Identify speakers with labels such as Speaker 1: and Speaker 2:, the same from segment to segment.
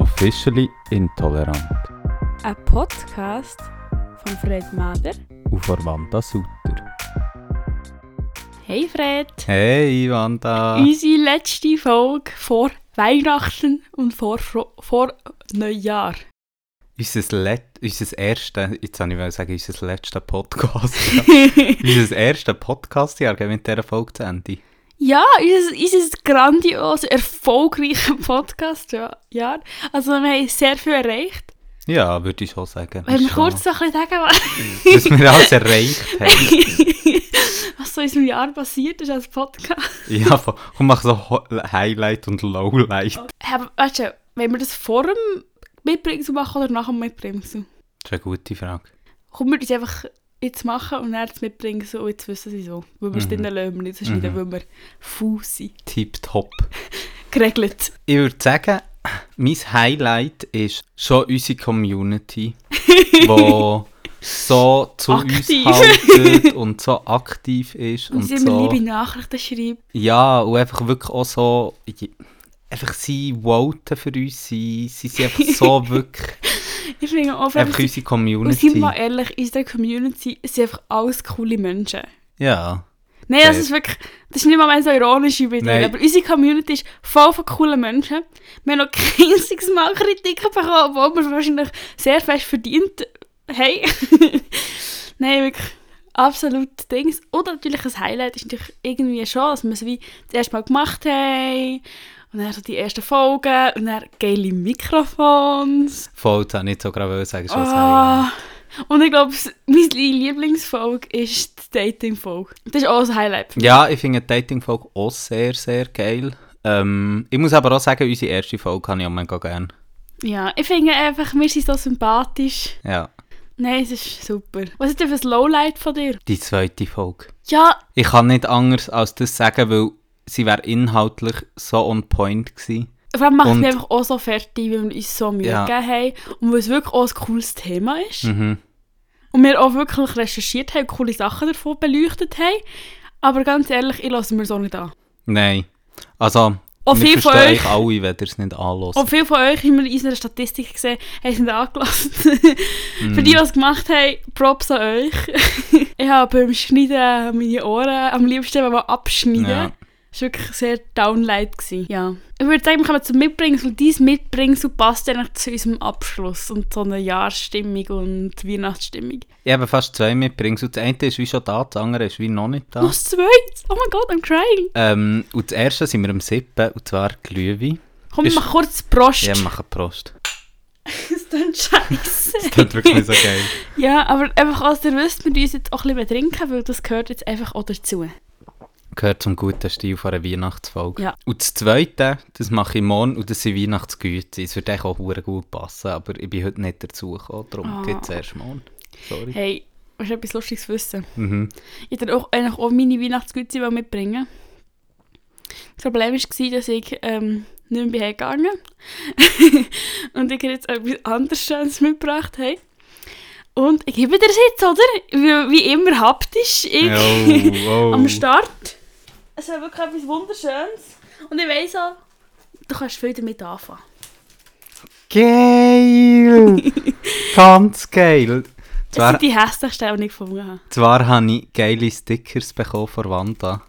Speaker 1: Officially Intolerant
Speaker 2: Ein Podcast von Fred Mader.
Speaker 1: auf Wanda Sutter.
Speaker 2: Hey Fred!
Speaker 1: Hey Wanda!
Speaker 2: Unsere letzte Folge vor Weihnachten und vor, Fro- vor Neujahr.
Speaker 1: Unser, Let unser erster, jetzt wollte ich mal sagen, unser letzter Podcast. unser erster Podcast-Jahr gehen wir mit dieser Folge zu Ende.
Speaker 2: ja, unser, unser grandios erfolgreicher Podcast. Ja, ja. Also wir haben sehr viel erreicht.
Speaker 1: Ja, würde ich schon sagen.
Speaker 2: Wollen wir
Speaker 1: Schon.
Speaker 2: kurz noch ein bisschen sagen, was-
Speaker 1: Dass wir alles erreicht haben.
Speaker 2: was so in diesem Jahr passiert ist als Podcast?
Speaker 1: ja, voll. und mach so Ho- Highlight und Lowlight.
Speaker 2: Hey, aber weißt du, wenn wir das vor dem Mitbringsel machen oder nach dem Mitbringsel?
Speaker 1: Das ist eine gute Frage.
Speaker 2: Komm, wir das einfach jetzt machen und dann das mitbringen so, jetzt wissen sie so. Weil wir es
Speaker 1: Mhm.
Speaker 2: dann lassen wir nicht so schneiden,
Speaker 1: Mhm.
Speaker 2: weil wir faul sind.
Speaker 1: Tipptopp.
Speaker 2: Geregelt.
Speaker 1: Ich würde sagen, mein Highlight ist schon unsere Community, die so zu
Speaker 2: Aktiv.
Speaker 1: uns haltet und so aktiv ist.
Speaker 2: Und
Speaker 1: Und,
Speaker 2: sie
Speaker 1: so,
Speaker 2: mir liebe Nachrichten schreibt.
Speaker 1: Ja, und einfach wirklich auch so. je- Einfach sie voten für uns, sie, sie sind einfach so wirklich.
Speaker 2: Ich finde auch, wenn
Speaker 1: einfach
Speaker 2: sie,
Speaker 1: unsere
Speaker 2: und sind wir
Speaker 1: Community.
Speaker 2: mal ehrlich, in unserer Community sind einfach alles coole Menschen.
Speaker 1: Ja.
Speaker 2: Nein, das
Speaker 1: Safe.
Speaker 2: ist wirklich, das ist nicht mal meine so ironische bei
Speaker 1: Nein.
Speaker 2: dir, aber unsere Community ist voll von coolen Menschen. Wir haben noch kein einziges Mal Kritik bekommen, obwohl wir es wahrscheinlich sehr fest verdient haben. Nein, wirklich absolut Dings. Und natürlich ein Highlight ist natürlich irgendwie schon, dass wir es wie das erste Mal gemacht haben. Und dann so die ersten Folgen und dann geile Mikrofons.
Speaker 1: Voll, das wollte ich jetzt auch gerade sagen, schon
Speaker 2: Ah.
Speaker 1: sagen.
Speaker 2: Und ich glaube, s- meine Lieblingsfolge ist die Dating-Folge. Das ist auch ein Highlight.
Speaker 1: Ja, ich finde die Dating-Folge auch sehr, sehr geil. Ähm, ich muss aber auch sagen, unsere erste Folge habe ich auch mega gerne.
Speaker 2: Ja, ich finde einfach, wir sind so sympathisch.
Speaker 1: Ja.
Speaker 2: Nein, es ist super. Was ist denn für ein Lowlight von dir?
Speaker 1: Die zweite Folge.
Speaker 2: Ja,
Speaker 1: Ich kann nicht anders als das sagen, weil sie wäre inhaltlich so on point gewesen.
Speaker 2: vor allem macht es
Speaker 1: Und-
Speaker 2: mich einfach auch so fertig, weil wir uns so Mühe
Speaker 1: Ja.
Speaker 2: gegeben haben. Und weil es wirklich auch ein cooles Thema ist.
Speaker 1: Mhm.
Speaker 2: Und wir auch wirklich recherchiert haben, coole Sachen davon beleuchtet haben. Aber ganz ehrlich, ich lasse mir so nicht an.
Speaker 1: Nein. Also,
Speaker 2: Auch
Speaker 1: wir
Speaker 2: viele von
Speaker 1: verstehen euch
Speaker 2: euch,
Speaker 1: alle, wenn ihr es nicht anlässt.
Speaker 2: auch viele von euch, haben wir in unserer Statistik gesehen, haben es nicht angelassen. Für die, die es gemacht haben, Props an euch. ich habe beim Schneiden meine Ohren am liebsten mal abschneiden.
Speaker 1: Ja.
Speaker 2: Es war wirklich sehr downlight. Gewesen. Ja. Ich würde sagen, wir kommen zum Mitbringsel. Dein Mitbringsel passt eigentlich zu unserem Abschluss und so einer Jahresstimmung und Weihnachtsstimmung.
Speaker 1: Ich habe fast zwei mitbringst. Das eine ist wie schon da, das andere ist wie noch nicht da.
Speaker 2: Was zweites? Oh mein Gott, I'm crying.
Speaker 1: Ähm, und das erste sind wir am siebten, und zwar Glühwein.
Speaker 2: Komm,
Speaker 1: Ist-
Speaker 2: mach kurz Prost.
Speaker 1: Ja, machen Prost.
Speaker 2: Das klingt scheiße.
Speaker 1: Das tut wirklich so geil.
Speaker 2: ja, aber einfach, als ihr wisst, wir uns jetzt auch ein bisschen betrinken, weil das gehört jetzt einfach auch dazu.
Speaker 1: Gehört zum guten Stil von einer Weihnachtsfolge.
Speaker 2: Ja.
Speaker 1: Und das Zweite, das mache ich morgen und das sind Weihnachtsgüte. Es würde eigentlich auch verdammt gut passen, aber ich bin heute nicht dazu gekommen, darum
Speaker 2: Ah.
Speaker 1: oh. geht es erst morgen. Sorry.
Speaker 2: Hey, willst du etwas Lustiges wissen?
Speaker 1: Mhm.
Speaker 2: Ich wollte auch, eigentlich auch meine Weihnachtsgüte mitbringen. Das Problem war, dass ich ähm, nicht mehr gegangen bin. und ich habe jetzt etwas anderes Schönes mitgebracht. Hey. Und ich gebe dir das jetzt, oder? Wie, wie immer haptisch. Ich
Speaker 1: Jo, oh.
Speaker 2: am Start. Es ist wirklich etwas Wunderschönes. Und ich weiss auch, du kannst viel damit anfangen.
Speaker 1: Geil! Ganz geil!
Speaker 2: Das
Speaker 1: Zwar,
Speaker 2: sind die hässlichsten, die ich gefunden habe.
Speaker 1: zwar habe ich geile Stickers bekommen von Wanda.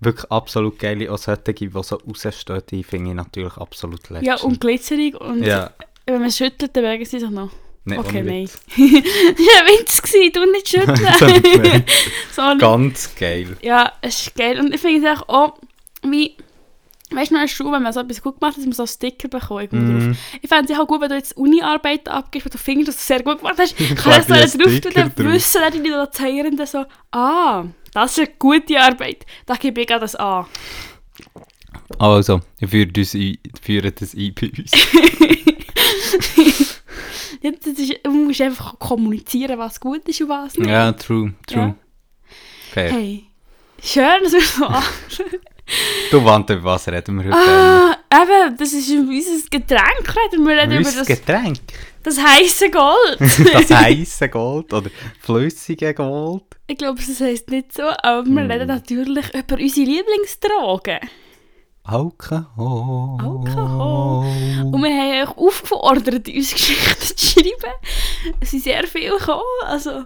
Speaker 1: Wirklich absolut geile, auch solche, die so rausstehen, die finde ich natürlich absolut legend.
Speaker 2: Ja, und glitzerig. Und
Speaker 1: Ja,
Speaker 2: wenn man es schüttelt, dann wägen sie sich noch.
Speaker 1: nicht
Speaker 2: okay,
Speaker 1: ohne
Speaker 2: nein.
Speaker 1: Witz.
Speaker 2: das war ein Witz, gewesen, du nicht
Speaker 1: Das habe ich
Speaker 2: schütteln.
Speaker 1: gemerkt.
Speaker 2: Sorry.
Speaker 1: Ganz geil.
Speaker 2: Ja, es ist geil. Und ich finde es auch, auch wie, weißt du, noch in der Schule, wenn man so etwas gut gemacht hat, dass man so einen Sticker bekommt. irgendwo
Speaker 1: Mhm.
Speaker 2: drauf. Ich fände es auch gut, wenn du jetzt Uni-Arbeiten abgibst, weil du findest, dass du es sehr gut gemacht hast. Kannst du
Speaker 1: Klebe
Speaker 2: so einen
Speaker 1: ich einen
Speaker 2: drauf tun, dann
Speaker 1: Sticker drauf.
Speaker 2: wissen dann die Dozierenden so, ah, das ist eine gute Arbeit, da gebe ich gerade das an.
Speaker 1: Also, ich führe das ein, führe das ein bei uns.
Speaker 2: Ja, das ist, du musst einfach kommunizieren, was gut ist und was nicht.
Speaker 1: ja, true, true. Äh.
Speaker 2: Ja.
Speaker 1: Fair.
Speaker 2: Hey, schön, dass wir so anfangen.
Speaker 1: Du, Wanda, über was reden wir heute?
Speaker 2: Ah,
Speaker 1: Ähm.
Speaker 2: eben, das ist unser Getränk, reden wir reden
Speaker 1: Mein
Speaker 2: über das,
Speaker 1: Getränk.
Speaker 2: das heiße Gold.
Speaker 1: Das heisse Gold oder flüssige Gold. Mm.
Speaker 2: ich glaube, das heisst nicht so, aber wir reden natürlich über unsere Lieblingsdrogen.
Speaker 1: Alkohol.
Speaker 2: Alkohol. Und wir haben euch aufgefordert, uns Geschichten zu schreiben. Es sind sehr viele gekommen. Also,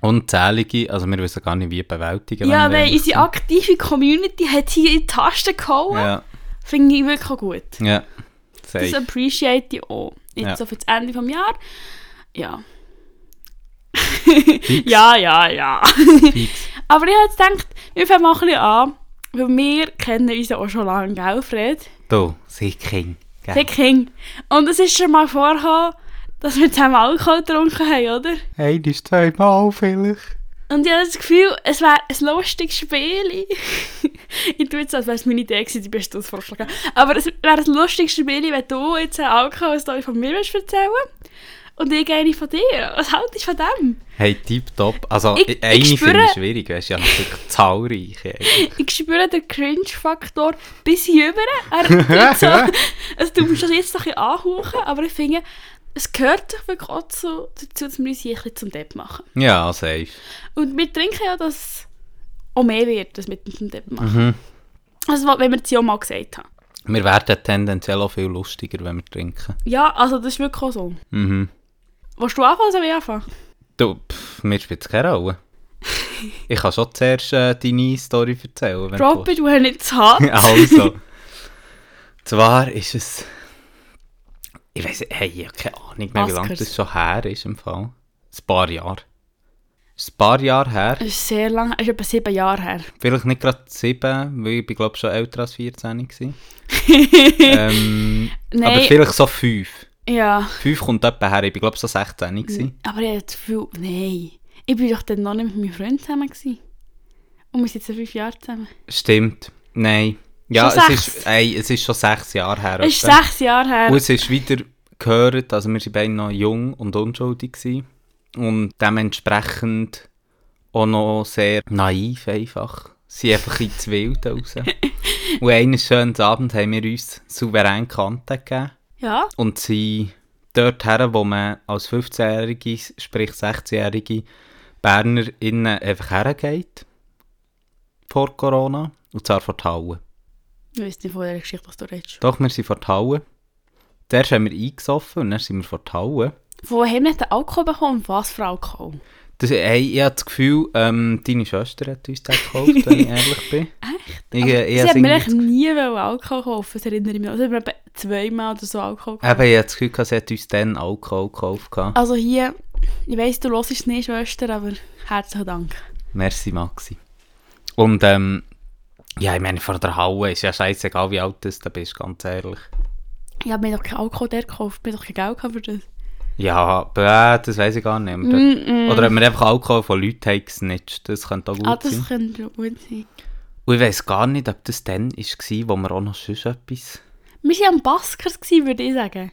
Speaker 1: Unzählige, also wir wissen gar nicht, wie bewältigen.
Speaker 2: ja,
Speaker 1: wenn wir
Speaker 2: nein,
Speaker 1: ehrlich
Speaker 2: unsere aktive Community hat hier in die Tasten
Speaker 1: sind.
Speaker 2: gehauen.
Speaker 1: Ja,
Speaker 2: Finde ich wirklich auch gut.
Speaker 1: ja.
Speaker 2: Das
Speaker 1: Safe.
Speaker 2: Dus appreciate ich auch. Jetzt
Speaker 1: Ja.
Speaker 2: so für das Ende des Jahres. Ja.
Speaker 1: Fix.
Speaker 2: ja, ja, ja.
Speaker 1: Fix.
Speaker 2: Aber ich habe jetzt gedacht, wir fangen mal ein bisschen an. Weil wir kennen uns ja auch schon lange, gell, Fred?
Speaker 1: Du, sie King.
Speaker 2: Ja. King. Und es ist schon mal vorgekommen, dass wir zusammen Alkohol getrunken haben, oder?
Speaker 1: Hey, das ist zweimal vielleicht.
Speaker 2: Und ich habe das Gefühl, es wäre ein lustiges Spiel. ich tue jetzt, so, als wäre es meine Idee gewesen, die beste Ausvorschläge. Aber es wäre ein lustiges Spiel, wenn du jetzt eine Alkoholstory von mir willst erzählen und ich eine von dir. Was haltest du von dem?
Speaker 1: Hey, tipptopp. Also,
Speaker 2: Ich- ich
Speaker 1: eine finde
Speaker 2: spüre-
Speaker 1: ich schwierig, weißt du, ja, natürlich zahlreiche.
Speaker 2: Ich spüre den Cringe-Faktor bis hinüber. Er tut so, also, du musst das jetzt noch ein bisschen anhauchen, aber ich finde, es gehört doch wirklich auch zu, dazu, dass wir uns hier ein bisschen zum Depp machen.
Speaker 1: Ja, safe.
Speaker 2: Und wir trinken ja, dass auch mehr wird, das mit dem Depp machen.
Speaker 1: Mhm.
Speaker 2: Also, wenn wir es ja auch mal gesagt haben.
Speaker 1: Wir werden tendenziell auch viel lustiger, wenn wir trinken.
Speaker 2: Ja, also das ist wirklich auch so.
Speaker 1: Mhm.
Speaker 2: Willst du anfangen, soll ich anfangen?
Speaker 1: Du, pff, mir spielt es keine Rolle. ich kann schon zuerst äh, deine Story erzählen, wenn
Speaker 2: Drop
Speaker 1: du
Speaker 2: it, wenn nicht zu hart.
Speaker 1: Also. Zwar ist es. Ich weiß hey, ich habe keine Ahnung mehr, wie lange
Speaker 2: Askers.
Speaker 1: das schon her ist im Fall. Ein paar Jahre. Ist Ein paar Jahre her.
Speaker 2: Das ist sehr lange, das ist etwa sieben Jahre her.
Speaker 1: Vielleicht nicht gerade sieben, weil ich bin, glaube schon älter als 14 war. ähm, aber
Speaker 2: Nein,
Speaker 1: vielleicht so fünf.
Speaker 2: ja.
Speaker 1: Fünf kommt etwa her, ich bin, glaube so 16 gewesen.
Speaker 2: Aber ich hatte das Gefühl, nein. Ich war doch dann noch nicht mit meinem Freund zusammen. Gewesen. Und wir sind jetzt seit fünf Jahre zusammen.
Speaker 1: Stimmt. Nein. Ja,
Speaker 2: Schon
Speaker 1: es
Speaker 2: sechs?
Speaker 1: ist, ey, es ist schon sechs Jahre her.
Speaker 2: Es ist
Speaker 1: etwa.
Speaker 2: sechs Jahre
Speaker 1: Und
Speaker 2: her.
Speaker 1: es ist wieder gehört, also wir waren beide noch jung und unschuldig. Gewesen. Und dementsprechend auch noch sehr naiv einfach. Sie sind einfach ins Wilde raus. und eines schönen Abends haben wir uns souverän Kante gegeben
Speaker 2: Ja,
Speaker 1: und sind dort her, wo man als 15-Jährige, sprich 16-Jährige BernerInnen einfach hergeht. Vor Corona. Und zwar vor die Halle.
Speaker 2: ich weiß nicht von der Geschichte, was du redest.
Speaker 1: Doch, wir sind vor die Halle. Zuerst haben wir eingesoffen und dann sind wir vor die Halle.
Speaker 2: Woher haben wir den Alkohol bekommen und was für Alkohol?
Speaker 1: Das, hey, ich habe das Gefühl, ähm, deine Schwester hat uns den gekauft, wenn ich ehrlich bin. Echt? Ich, ich, ich
Speaker 2: Sie hat
Speaker 1: habe
Speaker 2: mir
Speaker 1: irgendwie-
Speaker 2: eigentlich nie wollen Alkohol kaufen, das erinnere ich mich. noch. Also, wir haben etwa zweimal oder so Alkohol gekauft.
Speaker 1: Eben, ich habe das Gefühl, gehabt, sie hat uns dann Alkohol gekauft. gehabt.
Speaker 2: Also hier, ich weiss, du hörst es nicht, Schwester, aber herzlichen Dank.
Speaker 1: Merci, Maxi. Und ähm, ja, ich meine, vor der Halle ist ja scheißegal, wie alt du da bist, ganz ehrlich.
Speaker 2: Ich habe mir doch keinen Alkohol der gekauft, mir doch kein Geld gehabt für das.
Speaker 1: Ja, bäh, das weiß ich gar nicht. mehr.
Speaker 2: Mm-mm.
Speaker 1: Oder haben wir einfach Alkohol von Leuten haben gesnitcht, das könnte auch gut
Speaker 2: Ah,
Speaker 1: sein.
Speaker 2: das könnte gut sein.
Speaker 1: Und ich weiß gar nicht, ob das dann war, wo wir auch noch sonst etwas...
Speaker 2: Wir waren am Baskers, gewesen, würde ich sagen.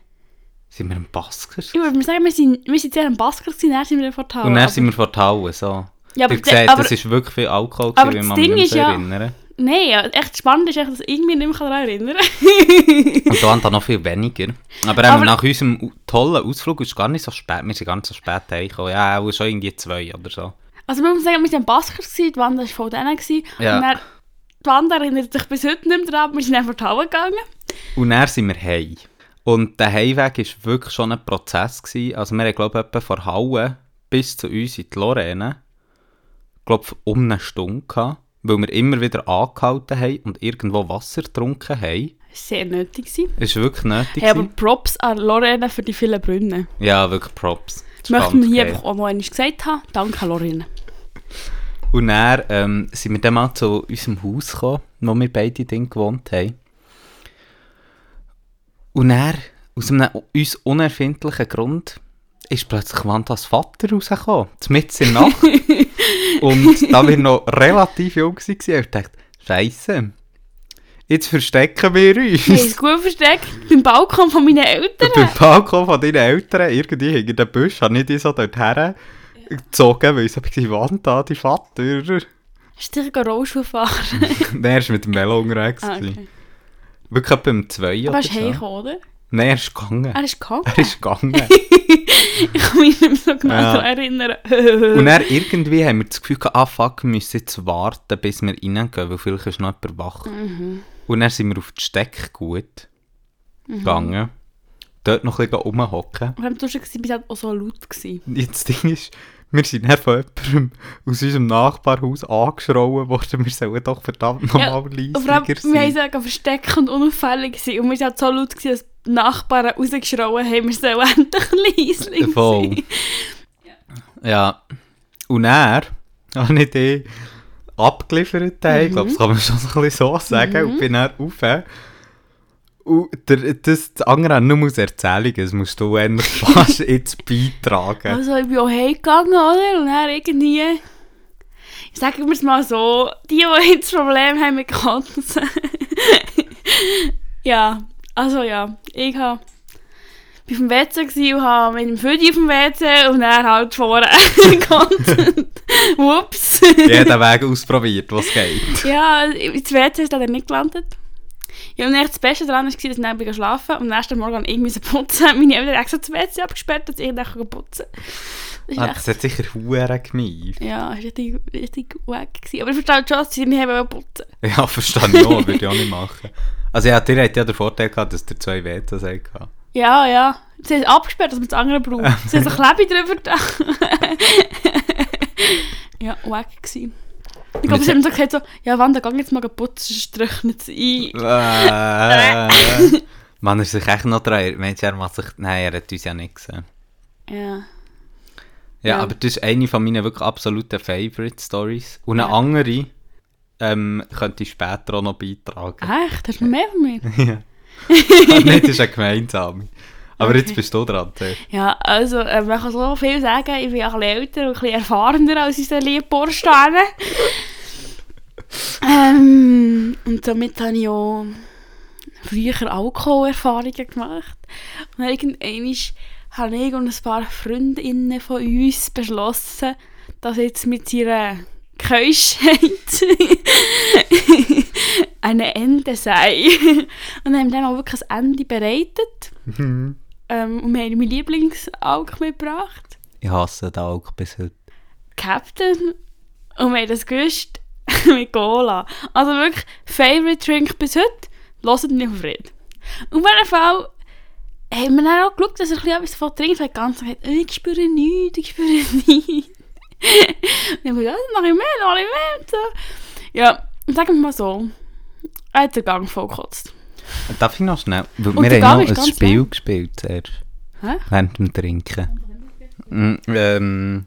Speaker 1: Sind wir im Basker?
Speaker 2: Ich würde mir sagen, wir sind, wir sind sehr am Baskers, gewesen, dann sind wir vor Tal.
Speaker 1: Und dann sind wir vor die Halle, so.
Speaker 2: Ja, aber
Speaker 1: du
Speaker 2: der-
Speaker 1: siehst,
Speaker 2: aber-
Speaker 1: das ist wirklich viel Alkohol,
Speaker 2: Aber
Speaker 1: gewesen,
Speaker 2: das
Speaker 1: wenn man
Speaker 2: Ding
Speaker 1: mich
Speaker 2: ist ja-
Speaker 1: erinnern
Speaker 2: Nein, ja, echt spannend ist, echt, dass ich mich nicht mehr daran erinnern
Speaker 1: Und da haben wir noch viel weniger. Aber, ähm,
Speaker 2: Aber-
Speaker 1: nach unserem u- tollen Ausflug ist gar nicht so spät, wir sind gar nicht so spät heimgekommen. Ja, auch schon irgendwie zwei oder so.
Speaker 2: Also man muss sagen, wir waren am Baskers, gewesen, die Wanda war von denen. gewesen.
Speaker 1: Ja.
Speaker 2: Und dann, die Wanda erinnert sich bis heute nicht mehr daran, wir sind dann vor Tal gegangen.
Speaker 1: Und dann sind wir heim. Und der Heimweg war wirklich schon ein Prozess. Gewesen. Also wir haben, glaube ich, etwa von Halle bis zu uns in die Lorraine, glaube ich, um eine Stunde gehabt, weil wir immer wieder angehalten haben und irgendwo Wasser getrunken haben.
Speaker 2: Sehr nötig. gewesen.
Speaker 1: Das war wirklich nötig.
Speaker 2: Hey, aber
Speaker 1: gewesen.
Speaker 2: Props an Lorena für die vielen Brunnen.
Speaker 1: Ja, wirklich Props. Das ist
Speaker 2: Möchten wir
Speaker 1: ganz
Speaker 2: hier
Speaker 1: geil.
Speaker 2: einfach auch noch einmal gesagt haben. Danke, Lorraine.
Speaker 1: Und dann ähm, sind wir dann mal zu unserem Haus gekommen, wo wir beide drin gewohnt haben. Und dann, aus einem u- uns unerfindlichen Grund, ist plötzlich Wandas Vater rausgekommen. Mitten in der Nacht. Und da wir noch relativ jung waren, habe ich gedacht, Scheisse, jetzt verstecken wir
Speaker 2: Ich habe es
Speaker 1: uns.
Speaker 2: gut versteckt beim Balkon von meinen Eltern.
Speaker 1: Beim Balkon von deinen Eltern, irgendwie hinter den Busch, habe ich dich so dorthin gezogen, weil ich so war, Wanda, dein Vater.
Speaker 2: Hast du dich Rollschuh fahren?
Speaker 1: Nein, er war mit dem Velo unterwegs.
Speaker 2: Ah,
Speaker 1: gewesen.
Speaker 2: okay.
Speaker 1: Wirklich etwa um 2
Speaker 2: Du
Speaker 1: oder
Speaker 2: warst
Speaker 1: so.
Speaker 2: heimgekommen, Ah. oder?
Speaker 1: Nein, er ist gegangen.
Speaker 2: Er ist gegangen.
Speaker 1: Er ist gegangen.
Speaker 2: Ich kann mich nicht mehr so genau
Speaker 1: Ja.
Speaker 2: daran erinnern.
Speaker 1: Und dann irgendwie
Speaker 2: Mhm.
Speaker 1: haben wir das Gefühl gehabt, ah fuck, wir müssen jetzt warten, bis wir reingehen, weil vielleicht ist noch jemand wach. Und Und dann sind wir auf die Steckgut gegangen. Dort noch ein bisschen rumhocken.
Speaker 2: Und dann war es halt auch so laut. Gewesen.
Speaker 1: Jetzt das Ding ist, wir sind dann von jemandem aus unserem Nachbarhaus angeschrien worden, wir sollen doch verdammt
Speaker 2: Ja,
Speaker 1: nochmal
Speaker 2: Und vor allem,
Speaker 1: leisiger
Speaker 2: wir haben
Speaker 1: sein.
Speaker 2: sagen, versteckt und unauffällig gewesen. Und wir waren halt so laut, gewesen, dass die Nachbarn rausgeschrien haben, wir sollen endlich leisling sein.
Speaker 1: Äh, Voll. Ja. Und er habe ich die abgeliefert, mhm. ich glaube, das kann man schon so ein bisschen so sagen, und bin dann rauf. Und der, das, das andere hat nur aus Erzählungen, das musst du eigentlich fast jetzt beitragen.
Speaker 2: Also ich bin auch heimgegangen, oder? Und dann irgendwie... Ich sage mir es mal so, die, die jetzt Probleme haben mit Konzen. ja, also ja, ich ha bin auf dem WC gewesen und habe mit dem Füdi auf dem WC und er halt vorne Konzen. Whoops.
Speaker 1: Jeden Weg ausprobiert, was geht.
Speaker 2: ja, das WC ist dann nicht gelandet. Ja, und echt das Beste daran war, dass ich dann bin schlafen und am nächsten Morgen habe ich musste putzen. Meine Eltern haben extra das WC abgesperrt, dass ich dann putzen kann. Das ist
Speaker 1: Ah,
Speaker 2: echt
Speaker 1: Das hat sicher Huren gemein.
Speaker 2: Ja, ist richtig, richtig wack gewesen. Aber ich verstehe schon, dass sie mich haben putzen.
Speaker 1: Ja, verstehe ich auch, würde ich auch nicht machen. Also ja, dir hat ja den Vorteil gehabt, dass ihr zwei Vetos hattet.
Speaker 2: Ja, ja. Sie haben es abgesperrt, dass man das andere braucht. Sie haben so Klebe drüber da. ja, wack gewesen. Ich glaube, sie haben so gesagt, so, ja, Wanda, geh jetzt mal putzen, sonst trocknet es ein.
Speaker 1: Äh, Man ist sich echt noch dran. Mensch, er macht sich... Nein, er hat uns ja nicht gesehen.
Speaker 2: Ja.
Speaker 1: Ja,
Speaker 2: Ja.
Speaker 1: aber das ist eine von meinen wirklich absoluten Favorite Stories. Und eine
Speaker 2: Ja.
Speaker 1: andere ähm, könnte ich später auch noch beitragen.
Speaker 2: Echt? Hast du mehr von mir?
Speaker 1: Ja. Ah, Nein, das ist eine gemeinsame. Aber jetzt
Speaker 2: Okay.
Speaker 1: bist du dran. Theo.
Speaker 2: Ja, also, äh, man kann so viel sagen. Ich bin auch ein bisschen älter und ein bisschen erfahrener als unser lieber Borstane. ähm, und somit habe ich auch früher Alkoholerfahrungen gemacht. Und irgendwann habe ich und ein paar Freundinnen von uns beschlossen, dass jetzt mit ihrer Keuschheit ein Ende sei. und haben dann auch wirklich ein Ende bereitet. Ähm, und wir haben meinen Lieblingsalk mitgebracht.
Speaker 1: Ich hasse den Alk bis heute.
Speaker 2: Captain. Und wir haben das gewusst mit Cola. Also wirklich, Favorite Drink bis heute. Hört nicht auf Red. Auf jeden Fall haben wir dann auch geschaut, dass er ein bisschen etwas davon trinkt. Er hat ganz gesagt, «Oh, ich spüre nichts, ich spüre nichts. und ich habe gesagt, «Ah, noch ich mehr, noch ich mehr. Und so. Ja, und sagen wir mal so, er hat den Gang vollgekotzt.
Speaker 1: Darf ich noch schnell? Weil
Speaker 2: Und der
Speaker 1: wir
Speaker 2: Gang
Speaker 1: haben
Speaker 2: ist
Speaker 1: noch ein
Speaker 2: ganz
Speaker 1: Spiel
Speaker 2: lang.
Speaker 1: gespielt zuerst.
Speaker 2: Hä?
Speaker 1: Während dem Trinken. Mm, ähm,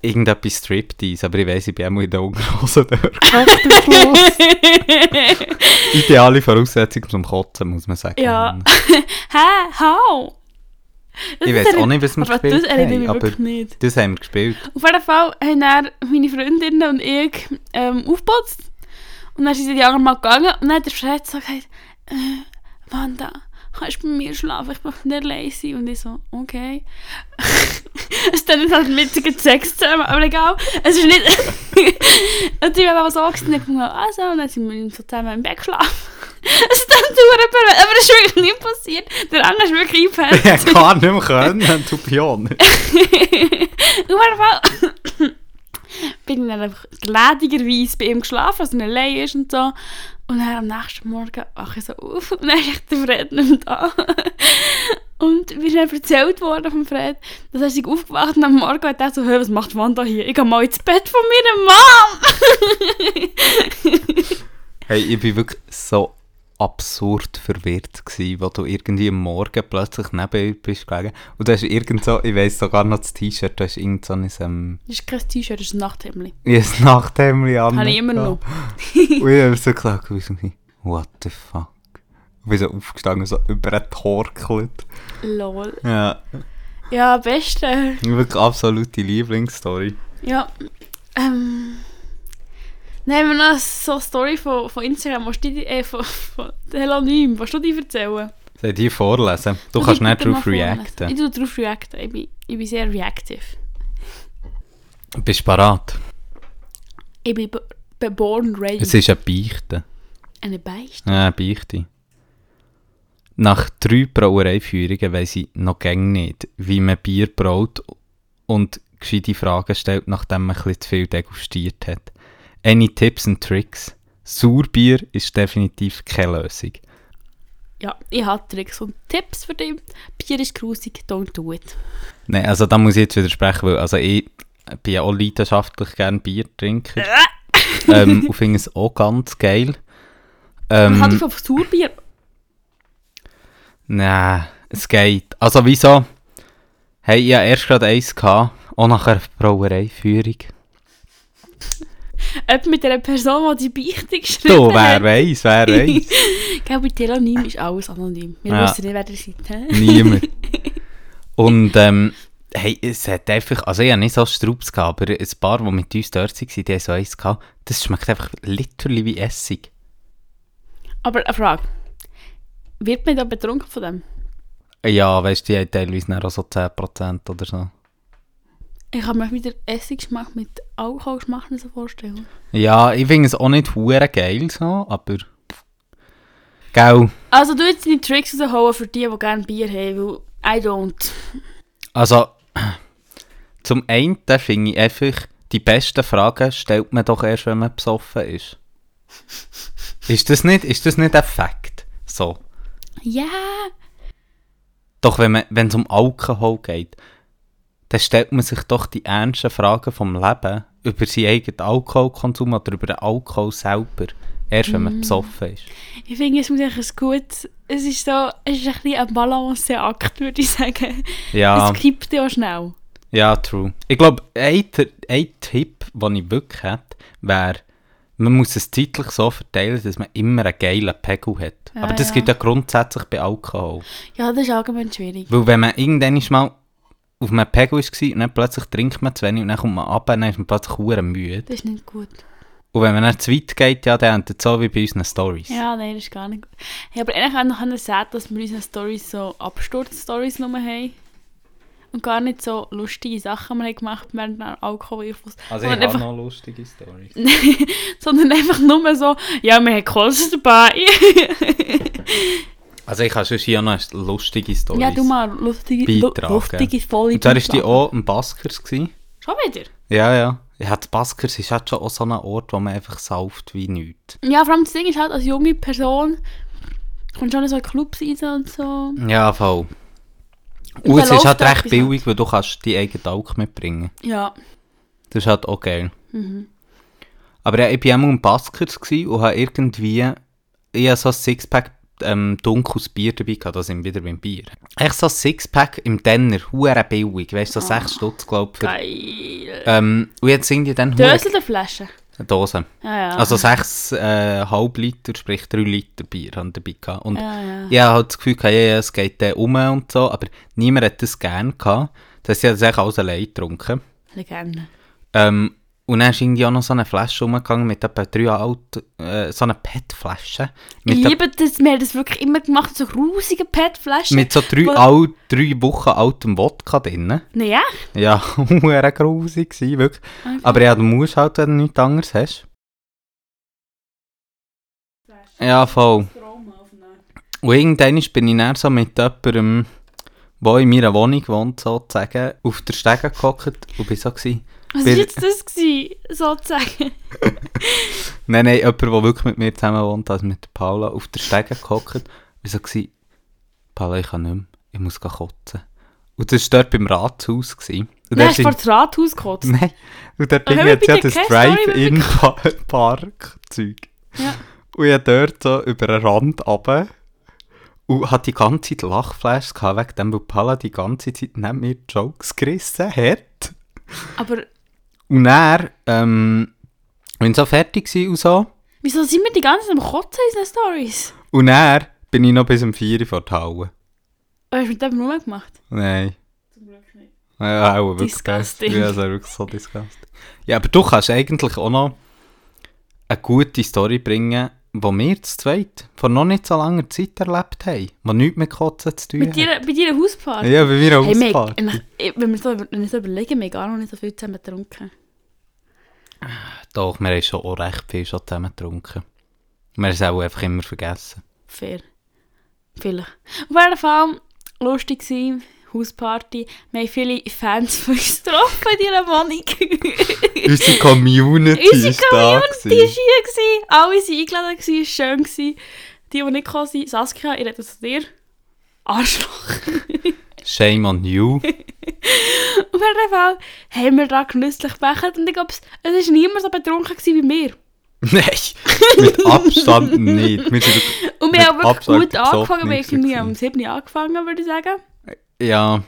Speaker 1: irgendetwas Striptease, aber ich weiss, ich bin auch mal in der Unterhose durchgekommen. Ideale Voraussetzung zum Kotzen, muss man sagen.
Speaker 2: Ja. Hä? How? Das
Speaker 1: Ich
Speaker 2: ist
Speaker 1: weiß
Speaker 2: erinn-
Speaker 1: auch nicht, was wir
Speaker 2: aber
Speaker 1: gespielt
Speaker 2: das erinnere ich mich
Speaker 1: haben, aber-
Speaker 2: wirklich nicht.
Speaker 1: Das haben wir gespielt.
Speaker 2: Auf jeden Fall haben dann meine Freundinnen und ich ähm, aufgeputzt. Und dann sind sie die anderen mal gegangen. Und dann hat der Fred so gesagt, äh, Wanda, kannst du bei mir schlafen? Ich brauche nicht allein sein. Und ich so, okay. es ist dann nicht halt witzige Sex zusammen, aber egal. Es ist nicht... und ich habe aber so gesehen, ich dachte, also, und dann sind wir so zusammen im Bett geschlafen. es ist dann super, aber es ist wirklich nicht passiert. Der andere ist wirklich
Speaker 1: Ich
Speaker 2: eingepennt.
Speaker 1: hätte gar nicht mehr können, du Pion.
Speaker 2: Auf jeden Fall bin ich dann einfach gnädigerweise bei ihm geschlafen, als er allein ist und so. Und dann am nächsten Morgen wache ich so auf und dann ist echt der Fred nicht mehr da. Und wir sind dann erzählt worden vom Fred, dass er sich aufgewacht und am Morgen hat er so, «Hä, was macht Wanda hier? Ich gehe mal ins Bett von meiner Mom!
Speaker 1: Hey, ich bin wirklich so absurd verwirrt gsi, wo du irgendwie am Morgen plötzlich neben ihr bist gelegen. Und du hast irgend so, ich weiss sogar noch das T-Shirt, du hast irgend so ein, ähm,
Speaker 2: das ist kein T-Shirt, das ist ein Nachthemd.
Speaker 1: ein Nachthemd an.
Speaker 2: Habe ich immer noch.
Speaker 1: Und ich habe so gesagt, ich so, what the fuck. Ich bin so aufgestanden, so über den Tor geklettert.
Speaker 2: Lol.
Speaker 1: Ja,
Speaker 2: Ja, beste.
Speaker 1: wirklich absolute Lieblingsstory.
Speaker 2: Ja. Ähm. Nein, wir noch so eine Story von, von Instagram. Willst du die, äh, von, von Helonym, willst du die erzählen?
Speaker 1: Soll ich die vorlesen? Du
Speaker 2: Ich
Speaker 1: kannst
Speaker 2: würde
Speaker 1: nicht
Speaker 2: mal
Speaker 1: darauf
Speaker 2: vorlesen.
Speaker 1: reacten.
Speaker 2: Ich tue darauf reacten. Ich bin, ich bin sehr reactive.
Speaker 1: Bist du parat?
Speaker 2: Ich bin be- be- born ready.
Speaker 1: Es ist eine Beichte.
Speaker 2: Eine Beichte.
Speaker 1: Ja, eine Ah, Beichte. Nach drei Brauereiführungen weiss ich noch gäng nicht, wie man Bier braut und gescheite Fragen stellt, nachdem man ein bisschen zu viel degustiert hat. Any Tipps und Tricks? Sauerbier ist definitiv keine Lösung.
Speaker 2: Ja, ich habe Tricks und Tipps für dich. Bier ist grusig, don't do it.
Speaker 1: Nein, also da muss ich jetzt widersprechen, weil also ich bin ja auch leidenschaftlich gerne Biertrinker ähm, und finde es auch ganz geil.
Speaker 2: Ich
Speaker 1: Ähm,
Speaker 2: hatte schon auf Sauerbier.
Speaker 1: Nein, es geht. Also wieso? Hey, ich hatte erst gerade eins, gehabt, auch nach einer Brauereiführung.
Speaker 2: Etwa mit einer Person, die die Beichte geschrieben
Speaker 1: Du, wer
Speaker 2: hat.
Speaker 1: weiß, wer weiß.
Speaker 2: Gell, bei Telonym ist alles anonym. Wir
Speaker 1: Ja.
Speaker 2: wissen nicht, wer ihr seid. hä?
Speaker 1: Niemand. Und ähm, hey, es hat einfach, also ich hatte nicht so Strubs, gehabt, aber ein paar, die mit uns dort waren, die haben so eins gehabt, das schmeckt einfach literally wie Essig.
Speaker 2: Aber eine Frage. Wird man da betrunken von dem?
Speaker 1: Ja, weißt du, die haben teilweise dann auch so 10% oder so.
Speaker 2: Ich kann mir wieder Essiggeschmack mit Alkoholgeschmack nicht so vorstellen.
Speaker 1: Ja, ich finde es auch nicht hure geil so, aber... Gell,
Speaker 2: Also du jetzt deine Tricks rausholen für die, die gerne Bier haben, weil I don't.
Speaker 1: also... Zum einen finde ich einfach, die besten Fragen stellt man doch erst, wenn man besoffen ist. ist das nicht, ist das nicht ein Fakt? So.
Speaker 2: Ja.
Speaker 1: Doch wenn man- wenn es um Alkohol geht, dann stellt man sich doch die ernsten Fragen vom Leben über seinen eigenen Alkoholkonsum oder über den Alkohol selber. Erst wenn man besoffen ist.
Speaker 2: Ich finde, es muss eigentlich ein gutes... Es ist so... Es ist ein bisschen ein Balanceakt, würde ich sagen.
Speaker 1: Ja,
Speaker 2: Es kippt ja schnell.
Speaker 1: ja, true. Ich glaube, ein, T- ein Tipp, den ich wirklich hätte, wäre, man muss es zeitlich so verteilen, dass man dus immer einen geilen Pegel hat.
Speaker 2: Ja,
Speaker 1: Aber das
Speaker 2: Ah, ja.
Speaker 1: gilt ja grundsätzlich bei Alkohol.
Speaker 2: Ja, das ist allgemein schwierig.
Speaker 1: Weil wenn man irgendwann mal auf einem Pegel war und dann plötzlich trinkt man zu wenig und dann kommt man ab und dann ist man plötzlich hure müde.
Speaker 2: Das ist nicht gut.
Speaker 1: Und wenn man dann zu weit geht, ja, dann endet es so wie bei unseren Stories.
Speaker 2: Ja, nein, das ist gar nicht gut. Hey, aber eigentlich auch noch sad, dass wir unsere Stories so Absturz-Stories nur haben. Und gar nicht so lustige Sachen wir haben gemacht während dem Alkoholeinfluss.
Speaker 1: Also ich
Speaker 2: sondern,
Speaker 1: habe
Speaker 2: einfach,
Speaker 1: noch lustige Stories.
Speaker 2: sondern einfach nur so, ja, wir haben Kosten dabei.
Speaker 1: Also ich habe schon hier noch eine lustige Story.
Speaker 2: ja, du mal lustige, lu-
Speaker 1: Beitragen.
Speaker 2: lustige volle
Speaker 1: Und zwar war die
Speaker 2: Beitragen.
Speaker 1: auch im Baskers. Gewesen.
Speaker 2: Schon wieder?
Speaker 1: Ja, ja. Ja, das Baskers ist halt schon auch so ein Ort, wo man einfach sauft wie nichts.
Speaker 2: Ja, vor allem das Ding ist halt, als junge Person kommt schon in so Clubs rein und so.
Speaker 1: Ja, voll.
Speaker 2: Und
Speaker 1: Und es
Speaker 2: da
Speaker 1: ist halt recht
Speaker 2: läuft etwas halt.
Speaker 1: billig, weil du kannst deinen eigenen Alk mitbringen.
Speaker 2: Ja.
Speaker 1: Das ist halt auch geil.
Speaker 2: Mhm.
Speaker 1: Aber ja, ich war einmal im Baskers gewesen und habe irgendwie... Ich habe so ein Sixpack ähm, dunkles Bier dabei gehabt, da sind wir wieder beim Bier. Echt so ein Sixpack im Denner, hure billig, weißt du,
Speaker 2: Ah.
Speaker 1: so 6 Stutz, glaube ich.
Speaker 2: Geil.
Speaker 1: Ähm, und jetzt sind die dann... hure-
Speaker 2: Döse oder Flasche?
Speaker 1: Dosen.
Speaker 2: Ja, ja.
Speaker 1: Also 6 äh, halb Liter, sprich 3 Liter Bier haben dabei gehabt. Und
Speaker 2: ja, ja.
Speaker 1: ich habe halt das Gefühl, gehabt, ja, ja, es geht dann um und so, aber niemand hat das gerne gehabt. Das sie das eigentlich alles allein getrunken.
Speaker 2: Legende.
Speaker 1: Ähm, und dann ist irgendwie auch noch so eine Flasche rumgegangen mit etwa drei alten, äh, so einer PET-Flasche.
Speaker 2: Ich
Speaker 1: Mit,
Speaker 2: liebe das, wir haben das wirklich immer gemacht, so grusige PET-Flaschen.
Speaker 1: mit so drei,
Speaker 2: Wo-
Speaker 1: alt, drei Wochen altem Wodka drin.
Speaker 2: Nein, ja.
Speaker 1: Ja, huere grusig gewesen, wirklich.
Speaker 2: Okay.
Speaker 1: Aber ja, du musst halt, wenn du nichts anderes hast. Ja, voll. Und irgendwann bin ich dann so mit jemandem, der in meiner Wohnung wohnt, sozusagen, auf der Stege gehockt und bin so gewesen.
Speaker 2: Was war
Speaker 1: Weil-
Speaker 2: jetzt das, gewesen, sozusagen?
Speaker 1: Nein, nein, jemand, der wirklich mit mir zusammen wohnt, also mit der Paula, auf der Stege gehockt. Ich war so, Paula, ich kann nicht mehr, ich muss gehen kotzen. Und das war dort beim Rathaus. gewesen. Und
Speaker 2: Du
Speaker 1: dort
Speaker 2: hast
Speaker 1: sind-
Speaker 2: vor das Rathaus gekotzt.
Speaker 1: Nein, und dort
Speaker 2: Aber
Speaker 1: drin
Speaker 2: haben wir
Speaker 1: hat ja
Speaker 2: bitte
Speaker 1: das
Speaker 2: keine Story
Speaker 1: Drive-In-Park-Zeug.
Speaker 2: Ja.
Speaker 1: Und ich dort so über den Rand runter und hatte die ganze Zeit Lachflash gehabt, wegen dem, weil Paula die ganze Zeit neben mir Jokes gerissen hat.
Speaker 2: Aber
Speaker 1: Und er, ähm, bin so fertig gewesen und so.
Speaker 2: wieso sind wir die ganze Zeit am Kotzen in unseren Stories?
Speaker 1: Und er bin ich noch bis um 4 Uhr vor der Halle.
Speaker 2: Was hast du mit dem nur gemacht?
Speaker 1: Nein. Ja, auch wirklich.
Speaker 2: Disgusting.
Speaker 1: Ja, das ist wirklich so disgusting. Ja, aber du kannst eigentlich auch noch eine gute Story bringen, die wir zu zweit vor noch nicht so langer Zeit erlebt haben, die nichts mit Kotzen zu tun
Speaker 2: Mit dir, bei dir
Speaker 1: hat.
Speaker 2: Hausparty?
Speaker 1: Ja, bei mir auch
Speaker 2: Hey, wir,
Speaker 1: ausgefahren.
Speaker 2: haben- ich- wenn wir so, wenn wir so überlegen, wir haben gar noch nicht so viel zusammen getrunken.
Speaker 1: Doch, wir haben schon auch recht viel schon zusammen getrunken. Wir haben es auch einfach immer vergessen.
Speaker 2: Fair. Vielleicht. Auf jeden Fall, lustig gewesen, Hausparty. Wir haben viele Fans von uns getroffen in dieser Wohnung.
Speaker 1: Unsere Community
Speaker 2: Unsere
Speaker 1: ist da
Speaker 2: Community war hier.
Speaker 1: gewesen.
Speaker 2: Gewesen. Alle waren eingeladen, es war schön. Gewesen. Die, die nicht gekommen sind, Saskia, ich rede zu dir. Arschloch.
Speaker 1: Shame on you.
Speaker 2: Auf jeden Fall haben wir da genüsslich gebecht und ich glaube, es- es war niemand so betrunken gewesen wie wir.
Speaker 1: Nein, mit Abstand nicht. Wir sind wirklich-
Speaker 2: Und wir
Speaker 1: Mit
Speaker 2: haben wirklich
Speaker 1: Abstand
Speaker 2: gut
Speaker 1: besoffen
Speaker 2: angefangen, wir haben
Speaker 1: ist
Speaker 2: irgendwie
Speaker 1: gewesen.
Speaker 2: am 7. Uhr angefangen, würde ich sagen.
Speaker 1: ja,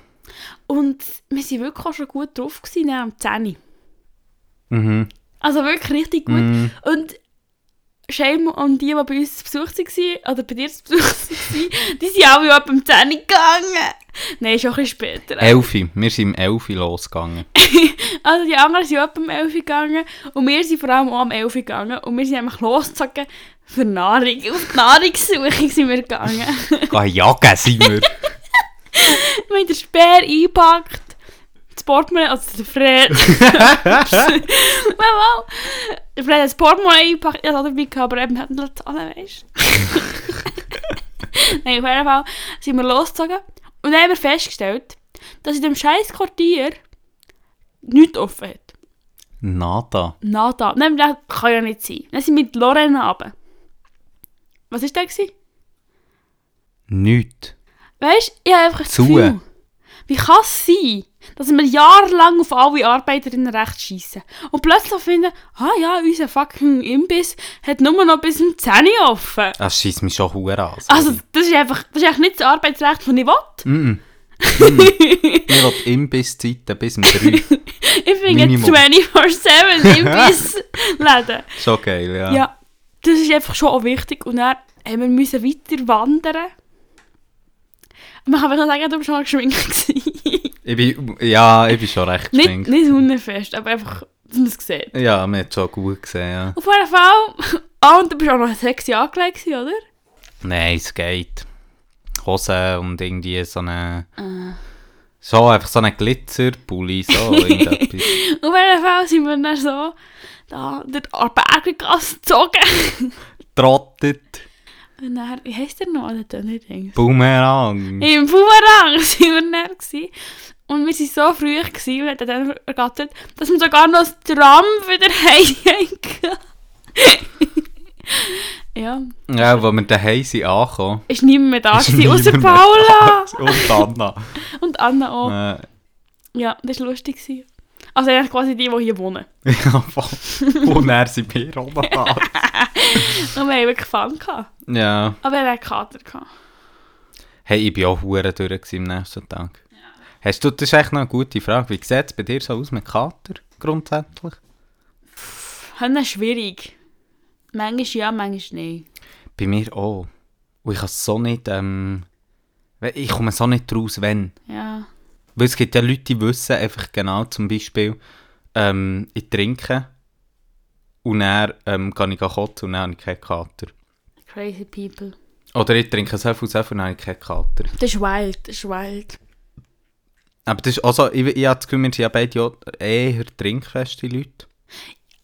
Speaker 2: Und wir waren wirklich auch schon gut drauf, gewesen, dann am 10. Uhr.
Speaker 1: mhm.
Speaker 2: Also wirklich richtig gut.
Speaker 1: Mhm.
Speaker 2: Und Shame an die, die bei uns zu Besuch waren, oder bei dir zu Besuch waren, die sind alle ab um 10 Uhr gegangen. Nein, schon ein bisschen später.
Speaker 1: Elfi, wir sind im Elfi losgegangen.
Speaker 2: Also die anderen sind ab um 11 Uhr gegangen und wir sind vor allem auch um 11 Uhr gegangen und wir sind einfach losgezogen für Nahrung. Auf die Nahrungssuche sind wir gegangen.
Speaker 1: Gehen Ah, jagen sind wir.
Speaker 2: wir haben den Speer eingepackt, das Portemonnaie, also der Fred. Mama, der Fred hat das Portemonnaie eingepackt, ich hatte dabei, gehabt, aber eben hat nicht zahlen, weißt du. Nein, auf jeden Fall sind wir losgezogen und dann haben wir festgestellt, dass in dem scheiß Quartier nichts offen hat.
Speaker 1: Nada.
Speaker 2: Nada. Dann haben wir gedacht, kann ja nicht sein. Dann sind wir mit Lorena runter. Was war der? gewesen?
Speaker 1: Nichts.
Speaker 2: Weißt du, ich habe einfach das
Speaker 1: Zu.
Speaker 2: Gefühl, wie kann es sein, dass wir jahrelang auf alle Arbeiterinnen recht schiessen und plötzlich finden, ah ja, unser fucking Imbiss hat nur noch bis um 10 Uhr offen.
Speaker 1: Das schießt Ah, mich schon hure an. sorry.
Speaker 2: Also, das ist einfach, das ist eigentlich nicht das Arbeitsrecht, das ich will.
Speaker 1: Mhm. Mhm. Ich will Imbisszeiten bis um 3.
Speaker 2: Ich finde
Speaker 1: Minimum.
Speaker 2: 24-7 Imbiss-Läden.
Speaker 1: Schon geil, ja.
Speaker 2: Ja, das ist einfach schon auch wichtig. Und dann haben wir müssen weiter wandern. Und Man kann wirklich sagen, du warst schon geschminkt. gewesen.
Speaker 1: Ich bin, ja, ich bin schon recht
Speaker 2: nicht
Speaker 1: geschminkt.
Speaker 2: nicht hundenfest, aber einfach, dass man es sieht.
Speaker 1: Ja, man hat schon gut gesehen, ja.
Speaker 2: Auf jeden Fall. Ah, und du bist auch noch sexy angelegt, gewesen, oder?
Speaker 1: Nein, es geht. Hosen und irgendwie so eine...
Speaker 2: Ah.
Speaker 1: So, einfach so einen Glitzerpulli, so irgendetwas.
Speaker 2: Auf jeden Fall sind wir dann so da durch die Berggasse gezogen.
Speaker 1: Trottet,
Speaker 2: Und dann, wie heisst der noch? Der Döner-Ding.
Speaker 1: Boomerang.
Speaker 2: Im Boomerang waren wir dann. Gewesen. Und wir waren so früh gewesen, und haben dann ergattert, dass wir sogar noch das Tram wieder heimgehen Ja,
Speaker 1: Ja, als wir daheim sind angekommen.
Speaker 2: ist niemand mehr da,
Speaker 1: ist
Speaker 2: gewesen, außer
Speaker 1: niemand mehr
Speaker 2: Paula
Speaker 1: da. Und Anna.
Speaker 2: und Anna auch.
Speaker 1: äh,
Speaker 2: Ja, das war lustig. Gewesen. Also eigentlich quasi die, die hier wohnen.
Speaker 1: Ja, voll. Und er sind wir oben an.
Speaker 2: Und wir haben wirklich Fun gehabt.
Speaker 1: Ja.
Speaker 2: Aber er hat Kater gehabt.
Speaker 1: Hey, ich bin auch hure durch gewesen am nächsten Tag. Hast du, das ist echt noch eine gute Frage. Wie sieht es bei dir so aus mit Kater grundsätzlich?
Speaker 2: Das ist schwierig. Manchmal ja, manchmal nein.
Speaker 1: Bei mir auch. Und ich kann so nicht, ähm, we- ich komme so nicht raus, wenn.
Speaker 2: Ja.
Speaker 1: Weil es gibt ja Leute, die wissen einfach genau, zum Beispiel, ähm, ich trinke und dann ähm, kann ich kotzen und dann habe ich keinen Kater.
Speaker 2: Crazy people.
Speaker 1: Oder ich trinke so viel, so viel und dann habe ich keinen Kater.
Speaker 2: Das ist wild, das ist wild.
Speaker 1: Aber das ist auch so, ich, ich habe das Gefühl, wir sind ja beide auch eher trinkfeste Leute.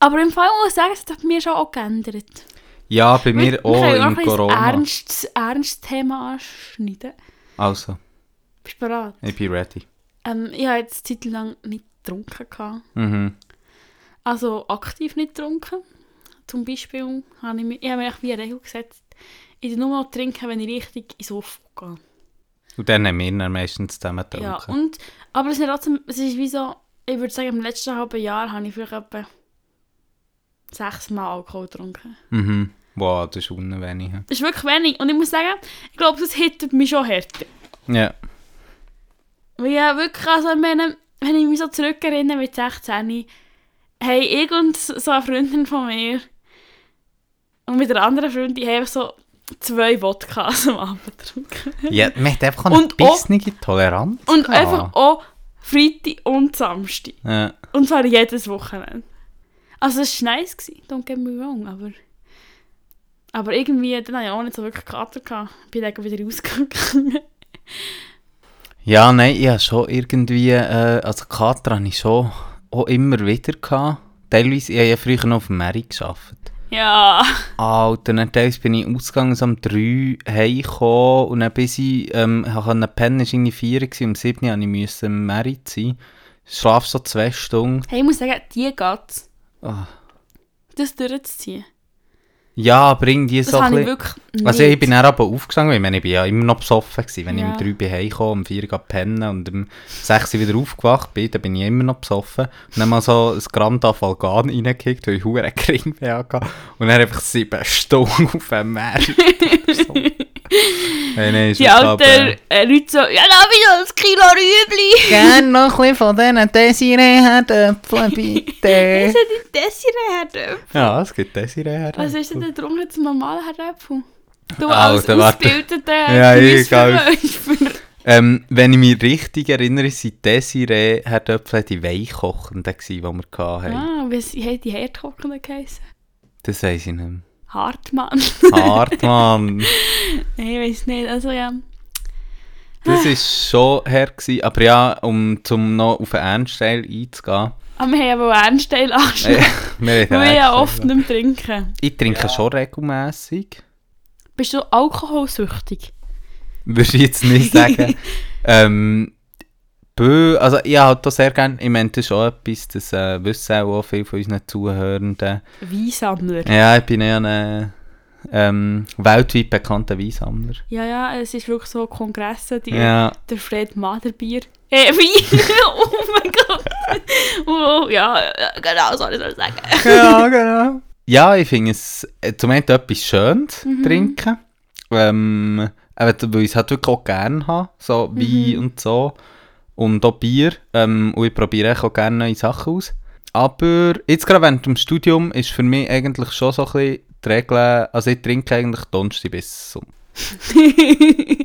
Speaker 2: Aber im Fall muss ich sagen, es hat sich bei mir schon auch geändert.
Speaker 1: Ja, bei mir auch
Speaker 2: können
Speaker 1: im
Speaker 2: noch ein bisschen
Speaker 1: Corona.
Speaker 2: ernstes, ernstes Thema anschneiden.
Speaker 1: Also,
Speaker 2: Bist du bereit?
Speaker 1: ich bin ready.
Speaker 2: Ähm, ich habe jetzt eine Zeit lang nicht getrunken. gehabt.
Speaker 1: Mhm.
Speaker 2: Also aktiv nicht getrunken. Zum Beispiel habe ich mir, ich habe mir echt wie eine Regel gesetzt, ich trinke nur noch trinken, wenn ich richtig ins Off gehe.
Speaker 1: Und dann haben wir dann meistens zusammen
Speaker 2: Ja,
Speaker 1: getrunken.
Speaker 2: und, aber es ist ja trotzdem, es ist wie so, ich würde sagen, im letzten halben Jahr habe ich vielleicht etwa sechsmal Alkohol getrunken.
Speaker 1: mhm. Wow, das ist unwenig.
Speaker 2: Das ist wirklich wenig. Und ich muss sagen, ich glaube, das hittet mich schon härter.
Speaker 1: Ja.
Speaker 2: Weil ja wirklich, also ich meine, wenn ich mich so zurückerinnere mit 16, hey, ich und so eine Freundin von mir und mit einer anderen Freundin haben so zwei Wodkas am Abend getrunken.
Speaker 1: ja, man hat einfach eine
Speaker 2: Und auch-
Speaker 1: bissige Toleranz.
Speaker 2: Und
Speaker 1: gehabt.
Speaker 2: einfach auch Freitag und Samstag.
Speaker 1: Ja.
Speaker 2: Und zwar jedes Wochenende. Also es war nice, gewesen, don't get me wrong, aber... Aber irgendwie, dann hatte ich auch nicht so wirklich Kater. Gehabt. Bin dann wieder rausgegangen.
Speaker 1: Ja, nein, ich habe schon irgendwie, äh, also Kater hatte ich schon auch immer wieder. Gehabt. Teilweise, ich habe ja früher noch auf dem Mary gearbeitet.
Speaker 2: Ja.
Speaker 1: Alter, dann teils bin ich ausgegangen, so um 3 heimgekommen und dann bis ich ähm, hab können pennen konnte, war irgendwie 4 gewesen, um 7 Uhr musste ich im Merit sein. Schlaf so 2 Stunden.
Speaker 2: Hey, ich muss sagen, die geht's.
Speaker 1: Ah.
Speaker 2: Das durchzuziehen.
Speaker 1: Ja, bring die
Speaker 2: Das
Speaker 1: so ein
Speaker 2: habe ich
Speaker 1: bisschen...
Speaker 2: wirklich nicht.
Speaker 1: Also ich bin dann aber aufgestanden, weil ich meine, ich bin ja immer noch besoffen gewesen. Wenn
Speaker 2: Ja.
Speaker 1: ich um 3 bin heimgekommen, um 4 Uhr gegangen pennen und um 6 Uhr wieder aufgewacht bin, dann bin ich immer noch besoffen. Und dann mal so ein Gramm Afalgan reingekickt, weil ich verdammt gering hatte. Und dann einfach 7 Stunden auf dem Meer. so. hey, nein, ist
Speaker 2: die
Speaker 1: mir klar, aber-
Speaker 2: alten äh, Leute so, ja, da bin ich noch ein Kilo Rüebli.
Speaker 1: Gerne noch ein bisschen von diesen Desiree-Herdöpfeln,
Speaker 2: Das
Speaker 1: bitte.
Speaker 2: sind die Desiree-Herdöpfel.
Speaker 1: ja, es gibt Desiree-Herdöpfel.
Speaker 2: Was ist denn da drunter zum normalen Herdöpfel? Du
Speaker 1: Ah, Alter,
Speaker 2: als
Speaker 1: warte.
Speaker 2: ausgebildeter
Speaker 1: Ja, ich,
Speaker 2: Gemüseverkäufer.
Speaker 1: Ähm, wenn ich mich richtig erinnere, sind Desiree-Herdöpfel die weichkochenden, gewesen, die wir hatten.
Speaker 2: Ah, wie haben die Herdhockenden geheißen?
Speaker 1: Das weiss ich nicht
Speaker 2: Hartmann.
Speaker 1: mehr. Hartmann.
Speaker 2: Nein, ich weiß nicht. Also ja.
Speaker 1: Das war schon her, gewesen, aber ja, um zum noch auf den Ernstteil einzugehen.
Speaker 2: Aber Ah, wir haben aber auch einen Steil
Speaker 1: Äh,
Speaker 2: angeschlagen.
Speaker 1: wir reden
Speaker 2: Weil wir ja
Speaker 1: Ernstteil.
Speaker 2: oft nicht mehr trinken.
Speaker 1: Ich trinke schon regelmässig.
Speaker 2: Bist du alkoholsüchtig?
Speaker 1: Würde ich jetzt nicht sagen. ähm, bö, also ich habe das sehr gerne, ich meine, das ist auch etwas, das äh, wissen auch viele von unseren Zuhörenden.
Speaker 2: Weinsammler.
Speaker 1: Ja, ich bin ja ein ähm, weltweit bekannter Weinsammler.
Speaker 2: Ja, ja, es ist wirklich so Kongresse, die,
Speaker 1: Ja,
Speaker 2: der Fred Maderbier. Äh, Wein! oh mein Gott! Oh, ja, ja, genau, so soll ich sagen.
Speaker 1: ja genau. Mhm. Ja, ich finde es äh, zum einen etwas Schönes trinken. Ähm, aber weil ich es halt wirklich auch gerne habe, so Wein und so. Und auch Bier. Ähm, und ich probiere echt auch gerne neue Sachen aus. Aber jetzt gerade während dem Studium ist für mich eigentlich schon so ein bisschen die Regel, also ich trinke eigentlich Donnerstag bis Sonntag.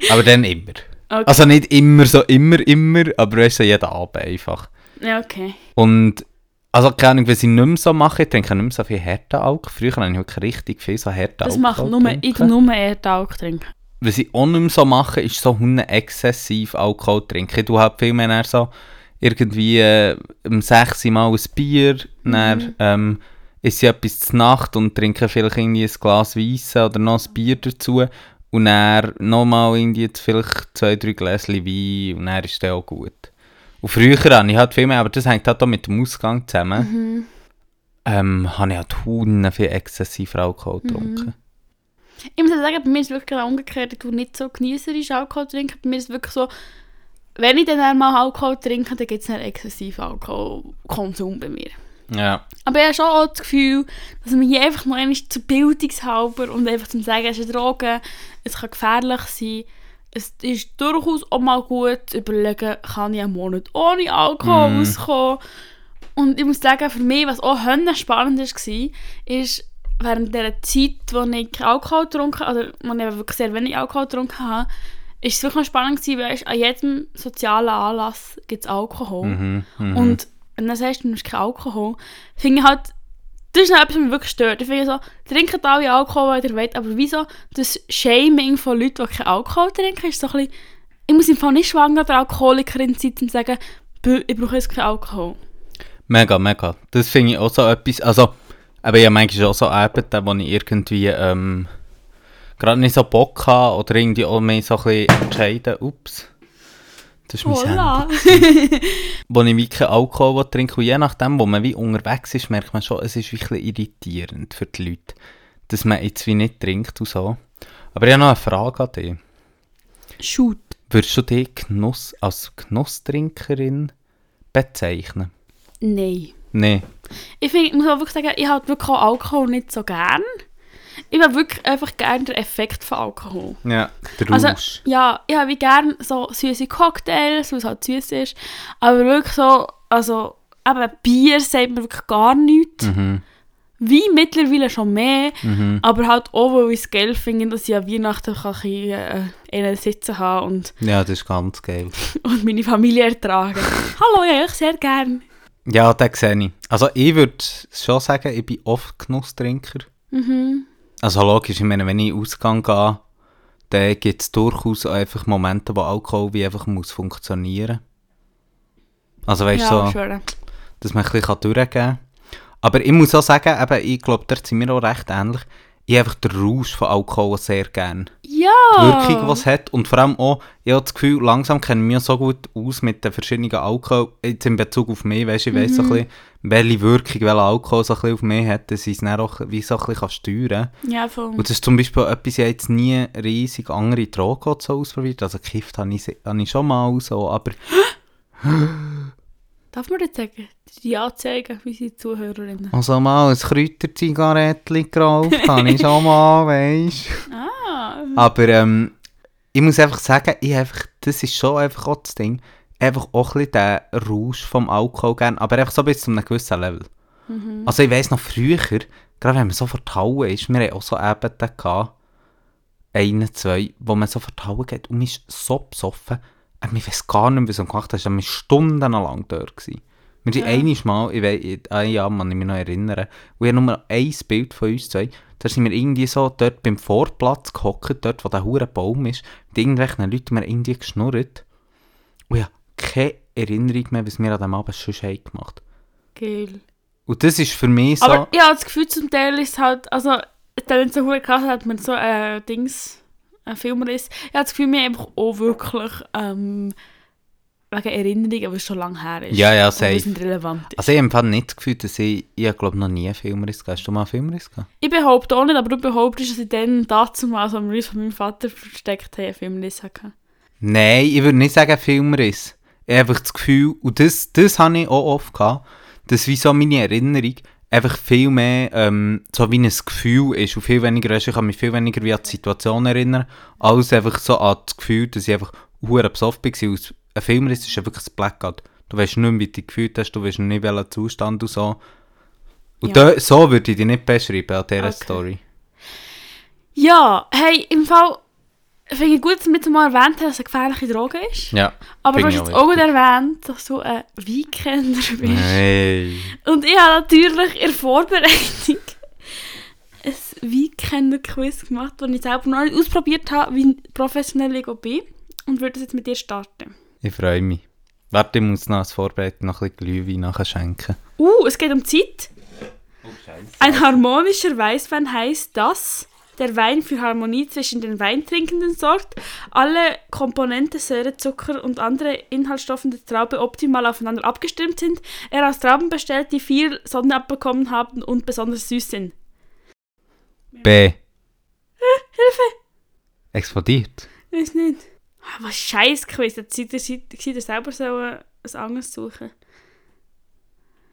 Speaker 1: Aber dann immer.
Speaker 2: Okay.
Speaker 1: Also nicht immer so immer, immer, aber weißt du, jeden Abend einfach.
Speaker 2: ja, okay.
Speaker 1: Und also keine Ahnung, was ich nicht mehr so mache, ich trinke nicht mehr so viel Härtealk. Früher habe ich wirklich richtig viel so Härtealk
Speaker 2: Das macht nur, ich tu nur eher Talk trinken.
Speaker 1: Was ich auch nicht mehr so mache, ist so Hunde exzessiv Alkohol trinken. Du hast viel mehr dann so irgendwie äh, um 6 Uhr mal ein Bier, dann ähm, ist sie etwas zu Nacht und trinke vielleicht irgendwie ein Glas Weissen oder noch ein Bier dazu. Und dann nochmal irgendwie jetzt vielleicht zwei, drei Gläschen Wein und dann ist der auch gut. Und früher habe ich halt viel mehr, aber das hängt halt auch mit dem Ausgang zusammen. ähm, habe ich halt Hunde viel exzessiv Alkohol getrunken.
Speaker 2: Ich muss sagen, bei mir ist es wirklich genau umgekehrt. Ich tu nicht so genießerisch Alkohol trinken. Bei mir ist es wirklich so, wenn ich dann einmal Alkohol trinke, dann gibt es einen exzessiven Alkoholkonsum bei mir.
Speaker 1: Ja.
Speaker 2: Aber ich habe schon auch das Gefühl, dass man hier einfach noch einmal zu bildungshalber und einfach zum sagen, es ist eine Droge, es kann gefährlich sein. Es ist durchaus auch mal gut zu überlegen, kann ich einen Monat ohne Alkohol
Speaker 1: Mm.
Speaker 2: auskommen. Und ich muss sagen, für mich, was auch hölle spannend war, ist, während der Zeit, wo ich keinen Alkohol getrunken oder wo ich wirklich sehr wenig Alkohol getrunken habe, ist es wirklich noch spannend gewesen, weil weisst, an jedem sozialen Anlass gibt es Alkohol.
Speaker 1: Mhm. Mhm.
Speaker 2: Und wenn du sagst, du nimmst keinen Alkohol, finde ich halt, das ist noch etwas, was mich wirklich stört. Ich finde so, trinkt alle Alkohol, wenn ihr wollt, aber wieso das Shaming von Leuten, die keinen Alkohol trinken, ist so ein bisschen, ich muss im Fall nicht schwanger oder Alkoholikerin sein und sagen, «Bö, ich brauche jetzt keinen Alkohol.
Speaker 1: Mega, mega. Das finde ich auch so etwas. Also, eh, aber ja, manchmal auch so Arbeiten, wo ich irgendwie ähm, gerade nicht so Bock habe oder irgendwie auch mehr so ein bisschen entscheiden. Ups. Das ist mein Handy.
Speaker 2: Voilà.
Speaker 1: Wo ich wie keinen Alkohol will trinke und je nachdem, wo man wie unterwegs ist, merkt man schon, es ist wie ein bisschen irritierend für die Leute, dass man jetzt wie nicht trinkt und so. Aber ich habe noch eine Frage an dich.
Speaker 2: Shoot.
Speaker 1: Würdest du dich Genuss, als Genusstrinkerin bezeichnen?
Speaker 2: Nein.
Speaker 1: Nein.
Speaker 2: Ich finde, ich muss auch wirklich sagen, ich habe wirklich auch Alkohol nicht so gern. Ich habe wirklich einfach gern den Effekt von Alkohol.
Speaker 1: Ja. Der
Speaker 2: Also,
Speaker 1: Rausch.
Speaker 2: ja, ich habe gerne so süße Cocktails, weil es halt süß ist. Aber wirklich so, also, eben Bier sagt mir wirklich gar nichts.
Speaker 1: mhm.
Speaker 2: Wein mittlerweile schon mehr.
Speaker 1: Mhm.
Speaker 2: Aber halt auch, weil ich es geil finde, dass ich an Weihnachten kann ein bisschen, äh, einen sitzen kann und,
Speaker 1: Ja, das ist ganz geil.
Speaker 2: und meine Familie ertragen. Hallo, ja, ich sehr gerne.
Speaker 1: Ja, das sehe ich. Also ich würde schon sagen, ich bin oft Genusstrinker.
Speaker 2: Mhm.
Speaker 1: Also logisch, ich meine, wenn ich in den Ausgang gehe, dann gibt es durchaus auch einfach Momente, wo Alkohol wie einfach muss funktionieren. Also weißt du,
Speaker 2: ja,
Speaker 1: so,
Speaker 2: schwöre.
Speaker 1: dass man ein bisschen durchgehen kann. Aber ich muss auch sagen, eben, ich glaube, dort sind wir auch recht ähnlich. Ich habe einfach den Rausch von Alkohol sehr gerne.
Speaker 2: Ja!
Speaker 1: Die Wirkung, die es hat. Und vor allem auch, ich habe das Gefühl, langsam kennen wir so gut aus mit den verschiedenen Alkohol. Jetzt in Bezug auf mich, weißt, ich weiss so ein bisschen, welche Wirkung welcher Alkohol so ein bisschen auf mich hat, dass ich es dann auch wie so ein bisschen steuern kann.
Speaker 2: Ja, voll.
Speaker 1: Und das ist zum Beispiel etwas, ich habe jetzt nie riesig andere Drogen oder so ausprobiert. Also gekifft habe ich, se- habe ich schon mal so, aber
Speaker 2: Darf man das sagen? Die Anzeigen, unsere Zuhörerinnen.
Speaker 1: also mal ein Kräuterzigarettchen geraucht habe ich schon mal, weißt
Speaker 2: Ah!
Speaker 1: Aber ähm, ich muss einfach sagen, ich einfach, das ist schon einfach auch das Ding, einfach auch ein bisschen den Rausch vom Alkohol gern, aber einfach so bis zu einem gewissen Level. Also ich weiss noch früher, gerade wenn man so vertauen ist, wir hatten auch so Abende, gehabt, einen, zwei, wo man so vertauen geht und man ist so besoffen, und ich weiss gar nicht mehr, was man gemacht hat, wir waren stundenlang dort. Gewesen. Wir sind ja. Mal, ich weiss, ah ja, man ich mich noch erinnern, und ich habe nur ein Bild von uns zwei, da sind wir irgendwie so dort beim Vorplatz gehockt, dort wo der hure Baum ist, mit irgendwelchen Leuten wir haben irgendwie geschnurrt. Und ich habe keine Erinnerung mehr, was wir an diesem Abend schon gemacht haben.
Speaker 2: Geil.
Speaker 1: Und das ist für mich so...
Speaker 2: Aber ich habe das Gefühl, zum Teil ist es halt, also, dann so hure krass hat man so äh, Dings, ein Filmriss. Ich habe das Gefühl, mir einfach auch wirklich ähm, wegen Erinnerung, aber es schon lange her ist.
Speaker 1: Ja, ja,
Speaker 2: Und
Speaker 1: safe.
Speaker 2: Es nicht relevant ist.
Speaker 1: Also ich empfand nicht das Gefühl, dass ich, ich glaube noch nie einen Filmriss gehabt. Hast du mal einen Filmriss gehabt?
Speaker 2: Ich behaupte auch nicht, aber du behauptest, dass ich dann dazu mal so einen Riss von meinem Vater versteckt habe, einen Filmriss hatte.
Speaker 1: Nein, ich würde nicht sagen Filmriss. Ich habe einfach das Gefühl, und das, das habe ich auch oft gehabt, dass wie so meine Erinnerung einfach viel mehr ähm, so wie ein Gefühl ist und viel weniger, weisst du, ich kann mich viel weniger wie an die Situation erinnern, als einfach so an das Gefühl, dass ich einfach verdammt besoffen war. Und Ein Filmriss ist ja wirklich ein Blackout. Du weißt nicht mehr, wie du dich gefühlt hast, du weißt nicht, welchen Zustand und so. Und
Speaker 2: Ja.
Speaker 1: da, so würde ich dich nicht beschreiben an dieser
Speaker 2: Okay.
Speaker 1: Story.
Speaker 2: Ja, hey, im Fall finde ich gut, dass wir jetzt mal erwähnt haben, dass es eine gefährliche Droge ist.
Speaker 1: Ja.
Speaker 2: aber du
Speaker 1: finde
Speaker 2: hast
Speaker 1: ich
Speaker 2: jetzt
Speaker 1: auch
Speaker 2: auch gut erwähnt, dass du ein Weekender bist.
Speaker 1: Nein.
Speaker 2: Und ich habe natürlich in der Vorbereitung ein Weekender-Quiz gemacht, das ich selber noch nicht ausprobiert habe, wie professionell ich auch bin. Und würde das jetzt mit dir starten.
Speaker 1: Ich freue mich. Warte, ich muss noch als Vorbereitung noch ein bisschen Glühwein nachher schenken.
Speaker 2: Uh, es geht um Zeit. Ein harmonischer Weißwein heißt, dass der Wein für Harmonie zwischen den Weintrinkenden sorgt, alle Komponenten Säure, Zucker und andere Inhaltsstoffe der Traube optimal aufeinander abgestimmt sind, er aus Trauben bestellt, die viel Sonne abbekommen haben und besonders süß sind. Äh,
Speaker 1: B. Hilfe! Explodiert.
Speaker 2: Weiß nicht. Ah, was scheiß Quiz, jetzt seid ihr, seid seid ihr selber so äh, ein anderes suchen.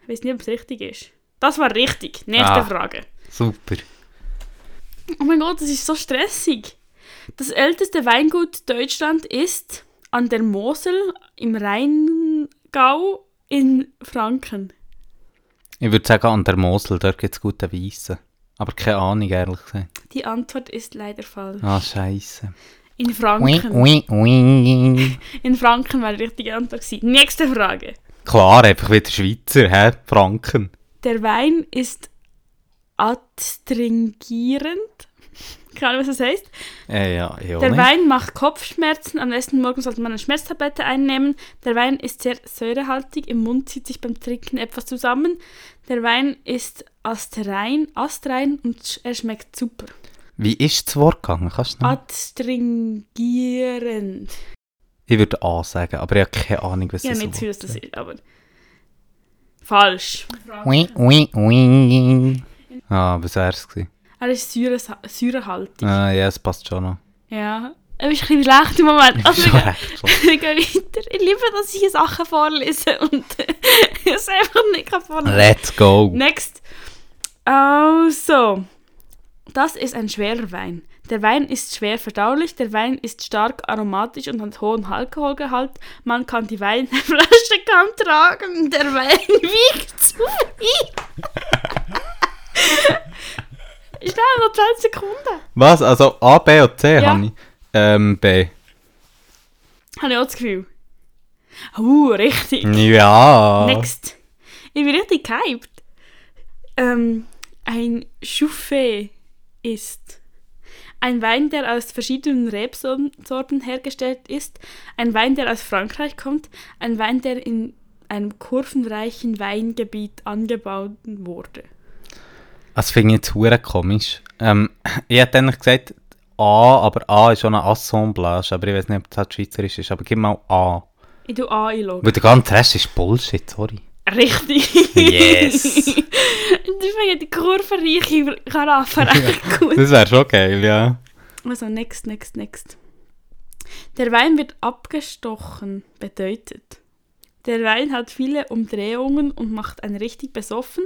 Speaker 2: Ich weiß nicht, ob es richtig ist. Das war richtig. Nächste
Speaker 1: Ah.
Speaker 2: Frage.
Speaker 1: Super.
Speaker 2: Oh mein Gott, das ist so stressig. Das älteste Weingut Deutschland ist an der Mosel im Rheingau in Franken.
Speaker 1: Ich würde sagen, an der Mosel, dort gibt es gute Weissen. Aber keine Ahnung, ehrlich gesagt.
Speaker 2: Die Antwort ist leider falsch.
Speaker 1: Ah, scheiße.
Speaker 2: In
Speaker 1: Ui,
Speaker 2: Franken.
Speaker 1: ui, ui.
Speaker 2: In Franken war die richtige Antwort. Gewesen. Nächste Frage.
Speaker 1: Klar, einfach wieder Schweizer, hä? Franken.
Speaker 2: Der Wein ist adstringierend. Keine Ahnung, was das heißt.
Speaker 1: Äh, ja, ja.
Speaker 2: Der Wein macht Kopfschmerzen. Am nächsten Morgen sollte man eine Schmerztablette einnehmen. Der Wein ist sehr säurehaltig. Im Mund zieht sich beim Trinken etwas zusammen. Der Wein ist astrein, astrein und sch- er schmeckt super.
Speaker 1: Wie ist das Wort gegangen? Kannst
Speaker 2: Ah.
Speaker 1: du noch?
Speaker 2: Adstringierend.
Speaker 1: Ich würde A sagen, aber ich habe keine Ahnung, was
Speaker 2: Ich habe
Speaker 1: das
Speaker 2: nicht
Speaker 1: Wort
Speaker 2: viel, was das ist, aber. Falsch.
Speaker 1: Ui, ui, ui. Ah, was wäre es gewesen?
Speaker 2: Er ist säure, säurehaltig.
Speaker 1: Ah, ja, es passt schon noch.
Speaker 2: Ja. Er ist ein bisschen schlecht im Moment. Also,
Speaker 1: Schon
Speaker 2: wir, gehen-
Speaker 1: recht, schon.
Speaker 2: wir gehen weiter. Ich liebe, dass ich hier Sachen vorlese und es einfach nicht kann vorlesen
Speaker 1: Let's go.
Speaker 2: Next. Also, das ist ein schwerer Wein. Der Wein ist schwer verdaulich, der Wein ist stark aromatisch und hat hohen Alkoholgehalt. Man kann die Weinflasche kaum tragen, der Wein wiegt zu viel. Schnell, noch 10 Sekunden.
Speaker 1: Was? Also A, B und C
Speaker 2: Ja.
Speaker 1: habe ich. Ähm, B.
Speaker 2: Habe ich auch das Gefühl. Uh, richtig.
Speaker 1: Ja.
Speaker 2: Next. Ich bin richtig gehypt. Ähm, ein Chauffé ist ein Wein, der aus verschiedenen Rebsorten hergestellt ist, ein Wein, der aus Frankreich kommt, ein Wein, der in einem kurvenreichen Weingebiet angebaut wurde.
Speaker 1: Das finde ich jetzt hure komisch. Ähm, ich hätte eigentlich gesagt A, aber A ist schon eine Assemblage, aber ich weiß nicht, ob das Schweizerisch ist, aber gib mal A.
Speaker 2: Ich tu A einloggen.
Speaker 1: Weil der ganze Rest ist Bullshit, sorry.
Speaker 2: Richtig.
Speaker 1: Yes.
Speaker 2: Deswegen die kurvenreiche Karaffe recht gut.
Speaker 1: Das wäre schon geil, ja.
Speaker 2: Also, next, next, next. Der Wein wird abgestochen, bedeutet. Der Wein hat viele Umdrehungen und macht einen richtig besoffen.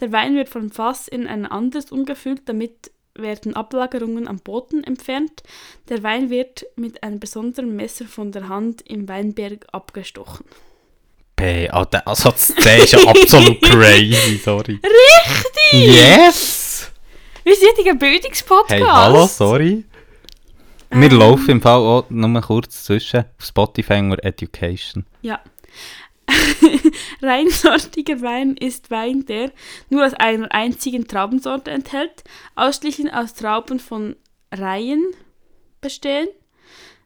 Speaker 2: Der Wein wird vom Fass in ein anderes umgefüllt, damit werden Ablagerungen am Boden entfernt. Der Wein wird mit einem besonderen Messer von der Hand im Weinberg abgestochen.
Speaker 1: B, Alter, also das C ist ja absolut crazy, sorry.
Speaker 2: Richtig!
Speaker 1: Yes!
Speaker 2: Wir sind ein Bildungspodcast.
Speaker 1: Hey, hallo, sorry. Wir
Speaker 2: Ähm.
Speaker 1: laufen im Fall auch nur kurz zwischen auf Spotify und Education.
Speaker 2: Ja. Reinsortiger Wein ist Wein, der nur aus einer einzigen Traubensorte enthält, ausschließlich aus Trauben von Reihen bestehen,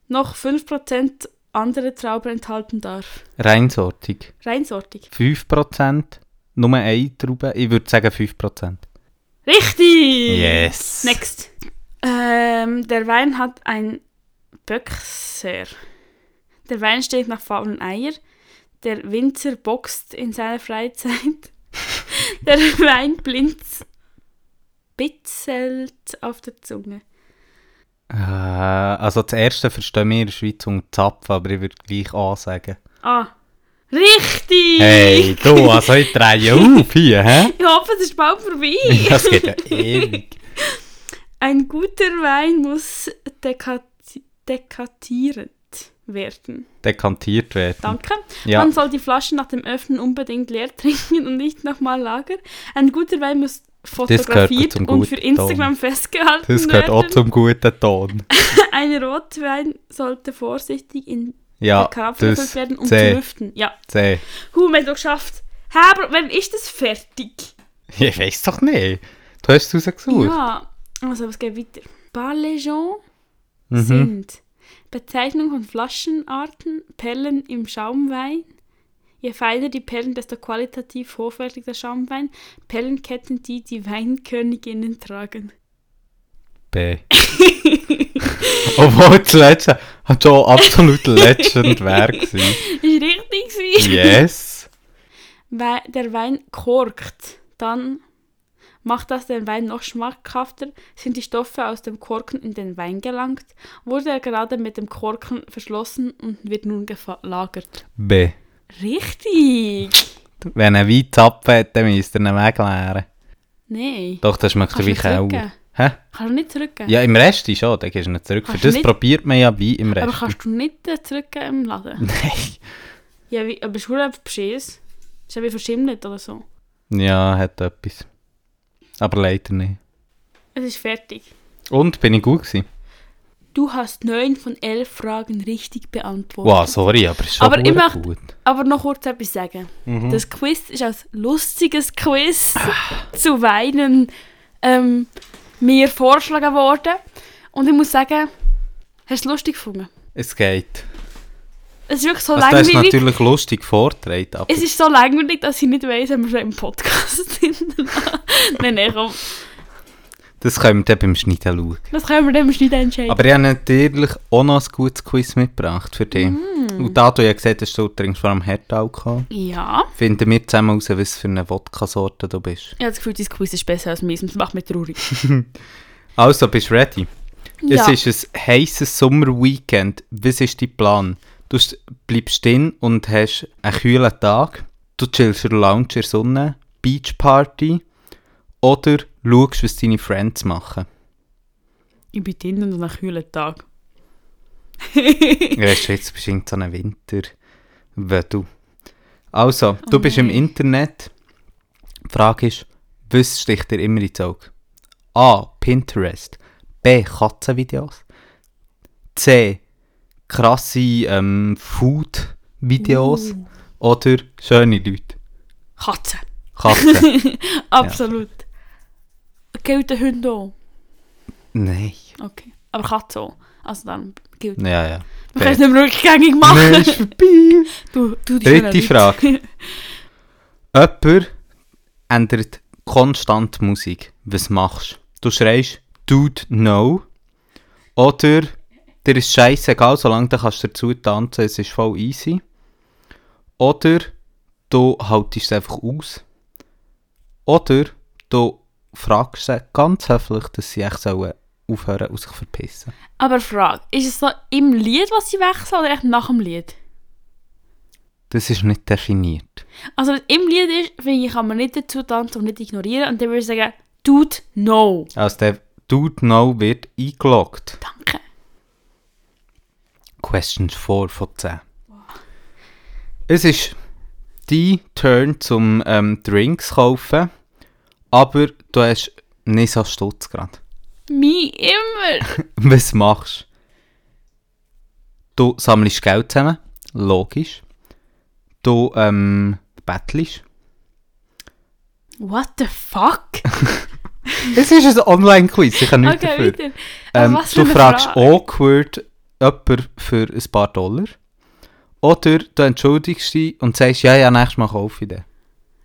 Speaker 2: noch 5% andere Trauben enthalten darf.
Speaker 1: Reinsortung.
Speaker 2: Reinsortig.
Speaker 1: 5%, nur eine Traube, ich würde sagen 5%.
Speaker 2: Richtig!
Speaker 1: Yes!
Speaker 2: Next. Ähm, der Wein hat ein Böxer. Der Wein steht nach faulen Eier. Der Winzer boxt in seiner Freizeit. der Wein blinz, bitzelt auf der Zunge.
Speaker 1: Äh, also das erste verstehen wir in der Schweiz unter Zapfen, aber ich würde gleich A sagen.
Speaker 2: Ah, richtig!
Speaker 1: Hey, du, also ich drehe auf hier, hä?
Speaker 2: Ich hoffe, es ist bald vorbei.
Speaker 1: Das geht ja ewig.
Speaker 2: Ein guter Wein muss dekati dekatierend werden.
Speaker 1: Dekantiert werden.
Speaker 2: Danke.
Speaker 1: Ja.
Speaker 2: Man soll die Flaschen nach dem Öffnen unbedingt leer trinken und nicht nochmal lagern. Ein guter Wein muss
Speaker 1: gehört
Speaker 2: fotografiert
Speaker 1: zum
Speaker 2: und für
Speaker 1: guten Ton.
Speaker 2: Instagram festgehalten
Speaker 1: Das gehört auch
Speaker 2: werden.
Speaker 1: zum guten Ton.
Speaker 2: Ein Rotwein sollte vorsichtig in
Speaker 1: Ja,
Speaker 2: den Karaffe
Speaker 1: das
Speaker 2: gefüllt
Speaker 1: C,
Speaker 2: werden, um zu lüften. Ja.
Speaker 1: C.
Speaker 2: Huh, wir haben es geschafft. Hä, aber wann ist das fertig?
Speaker 1: Ich weiß doch nicht. Du hast es rausgesucht.
Speaker 2: Ja. Also, was geht weiter? Barlejon
Speaker 1: mhm.
Speaker 2: sind Bezeichnung von Flaschenarten, Perlen im Schaumwein. Je feiner die Perlen, desto qualitativ hochwertig der Schaumwein. Perlenketten, die die Weinköniginnen tragen.
Speaker 1: B. Obwohl das letzte hat schon absolut legend wäre gewesen.
Speaker 2: Ist richtig gewesen.
Speaker 1: Yes.
Speaker 2: Wei- Der Wein korkt. Dann macht das den Wein noch schmackhafter, sind die Stoffe aus dem Korken in den Wein gelangt, wurde er gerade mit dem Korken verschlossen und wird nun gelagert.
Speaker 1: B.
Speaker 2: Richtig!
Speaker 1: Wenn ein Wein zapfen hat, dann müsst ihr ihn wegleeren.
Speaker 2: Nein.
Speaker 1: Doch, das schmeckt
Speaker 2: Kannst
Speaker 1: wie
Speaker 2: du zurückgeben?
Speaker 1: Kälte. Hä?
Speaker 2: Kannst du nicht zurückgeben?
Speaker 1: Ja, im Rest ist schon, dann gehst du nicht zurück. Für
Speaker 2: Kannst du
Speaker 1: das
Speaker 2: nicht-
Speaker 1: probiert man ja Wein im
Speaker 2: Aber
Speaker 1: Rest.
Speaker 2: kannst du nicht äh, zurückgeben im Laden?
Speaker 1: Nein.
Speaker 2: Ja, wie, aber ist verdammt beschiss. Ist ja wie verschimmelt oder so.
Speaker 1: Ja, hat etwas. Aber leider nicht.
Speaker 2: Es ist fertig.
Speaker 1: Und, bin ich gut gewesen?
Speaker 2: Du hast neun von elf Fragen richtig beantwortet.
Speaker 1: Wow, sorry, aber es ist schon
Speaker 2: Aber ich
Speaker 1: verdammt
Speaker 2: möchte-
Speaker 1: gut.
Speaker 2: Aber noch kurz etwas sagen.
Speaker 1: Mhm.
Speaker 2: Das Quiz ist als lustiges Quiz zu weinen ähm, mir vorgeschlagen worden. Und ich muss sagen, hast du es lustig gefunden?
Speaker 1: Es geht.
Speaker 2: Es ist wirklich so
Speaker 1: Also, das ist
Speaker 2: langweilig.
Speaker 1: natürlich lustig vorgetragen, aber
Speaker 2: Es ist so langweilig, dass ich nicht weiss, ob wir schon im Podcast sind. nein, nein, komm.
Speaker 1: das können wir dann beim Schneiden schauen.
Speaker 2: Das können wir dann nicht entscheiden.
Speaker 1: Aber ich habe natürlich auch noch ein gutes Quiz mitgebracht für dich. Und da du ja gesagt hast, du trinkst vor allem Herdalkohol,
Speaker 2: ja.
Speaker 1: finden wir zusammen heraus, was für eine Wodka-Sorte du bist.
Speaker 2: Ich habe das Gefühl, dein Quiz ist besser als meins und das macht mich traurig.
Speaker 1: Also, bist du ready?
Speaker 2: Ja.
Speaker 1: Es ist ein heißes Sommerweekend. Was ist dein Plan? Du st- bleibst drin und hast einen kühlen Tag. Du chillst in der Lounge in der Sonne, Beachparty oder schaust, was deine Friends machen.
Speaker 2: Ich bin drin und nach kühlen Tag.
Speaker 1: Weißt du, jetzt bist du in so einem Winter. Wenn du. Also,
Speaker 2: Oh
Speaker 1: du bist im Internet. Die Frage ist, was sticht dir immer ins Auge? A. Pinterest. B. Katzenvideos. C. Krasse ähm, Food-Videos.
Speaker 2: Uh.
Speaker 1: Oder schöne Leute.
Speaker 2: Katze.
Speaker 1: Katzen.
Speaker 2: Absolut. Gilt der Hund auch?
Speaker 1: Nein.
Speaker 2: Okay. Aber Katze auch. Also dann gilt.
Speaker 1: Ja, ja.
Speaker 2: Wir können es nicht mehr rückgängig machen.
Speaker 1: Nee, ist vorbei.
Speaker 2: Du, du, die
Speaker 1: Dritte
Speaker 2: schnellen Leute.
Speaker 1: Frage. Jemand ändert konstant die Musik. Was machst du? Du schreist, Dude, no. Oder dir ist scheißegal, solange du kannst dazu tanzen es ist voll easy. Oder du haltest es einfach aus. Oder du fragst sie ganz höflich, dass sie echt sollen aufhören und sich verpissen.
Speaker 2: Aber Frage, ist es so im Lied, was sie wechseln oder echt nach dem Lied?
Speaker 1: Das ist nicht definiert.
Speaker 2: Also wenn es im Lied ist, finde ich, kann man nicht dazu tanzen und nicht ignorieren. Und dann würde ich sagen, Dude, no.
Speaker 1: Also der Dude, no wird eingeloggt.
Speaker 2: Danke.
Speaker 1: Questions 4 von 10. Es ist dein Turn zum ähm, Drinks kaufen, aber du hast nicht so Stutz gerade.
Speaker 2: Wie immer.
Speaker 1: Was machst du? Du sammelst Geld zusammen, logisch. Du ähm, bettelst.
Speaker 2: What the fuck?
Speaker 1: Es ist ein Online-Quiz, ich kann nichts
Speaker 2: Okay,
Speaker 1: dafür.
Speaker 2: weiter. Aber
Speaker 1: Ähm,
Speaker 2: was für
Speaker 1: du
Speaker 2: eine
Speaker 1: fragst
Speaker 2: Frage.
Speaker 1: awkward jemanden für ein paar Dollar. Oder du entschuldigst dich und sagst, ja, ja, nächstes Mal kaufe ich den.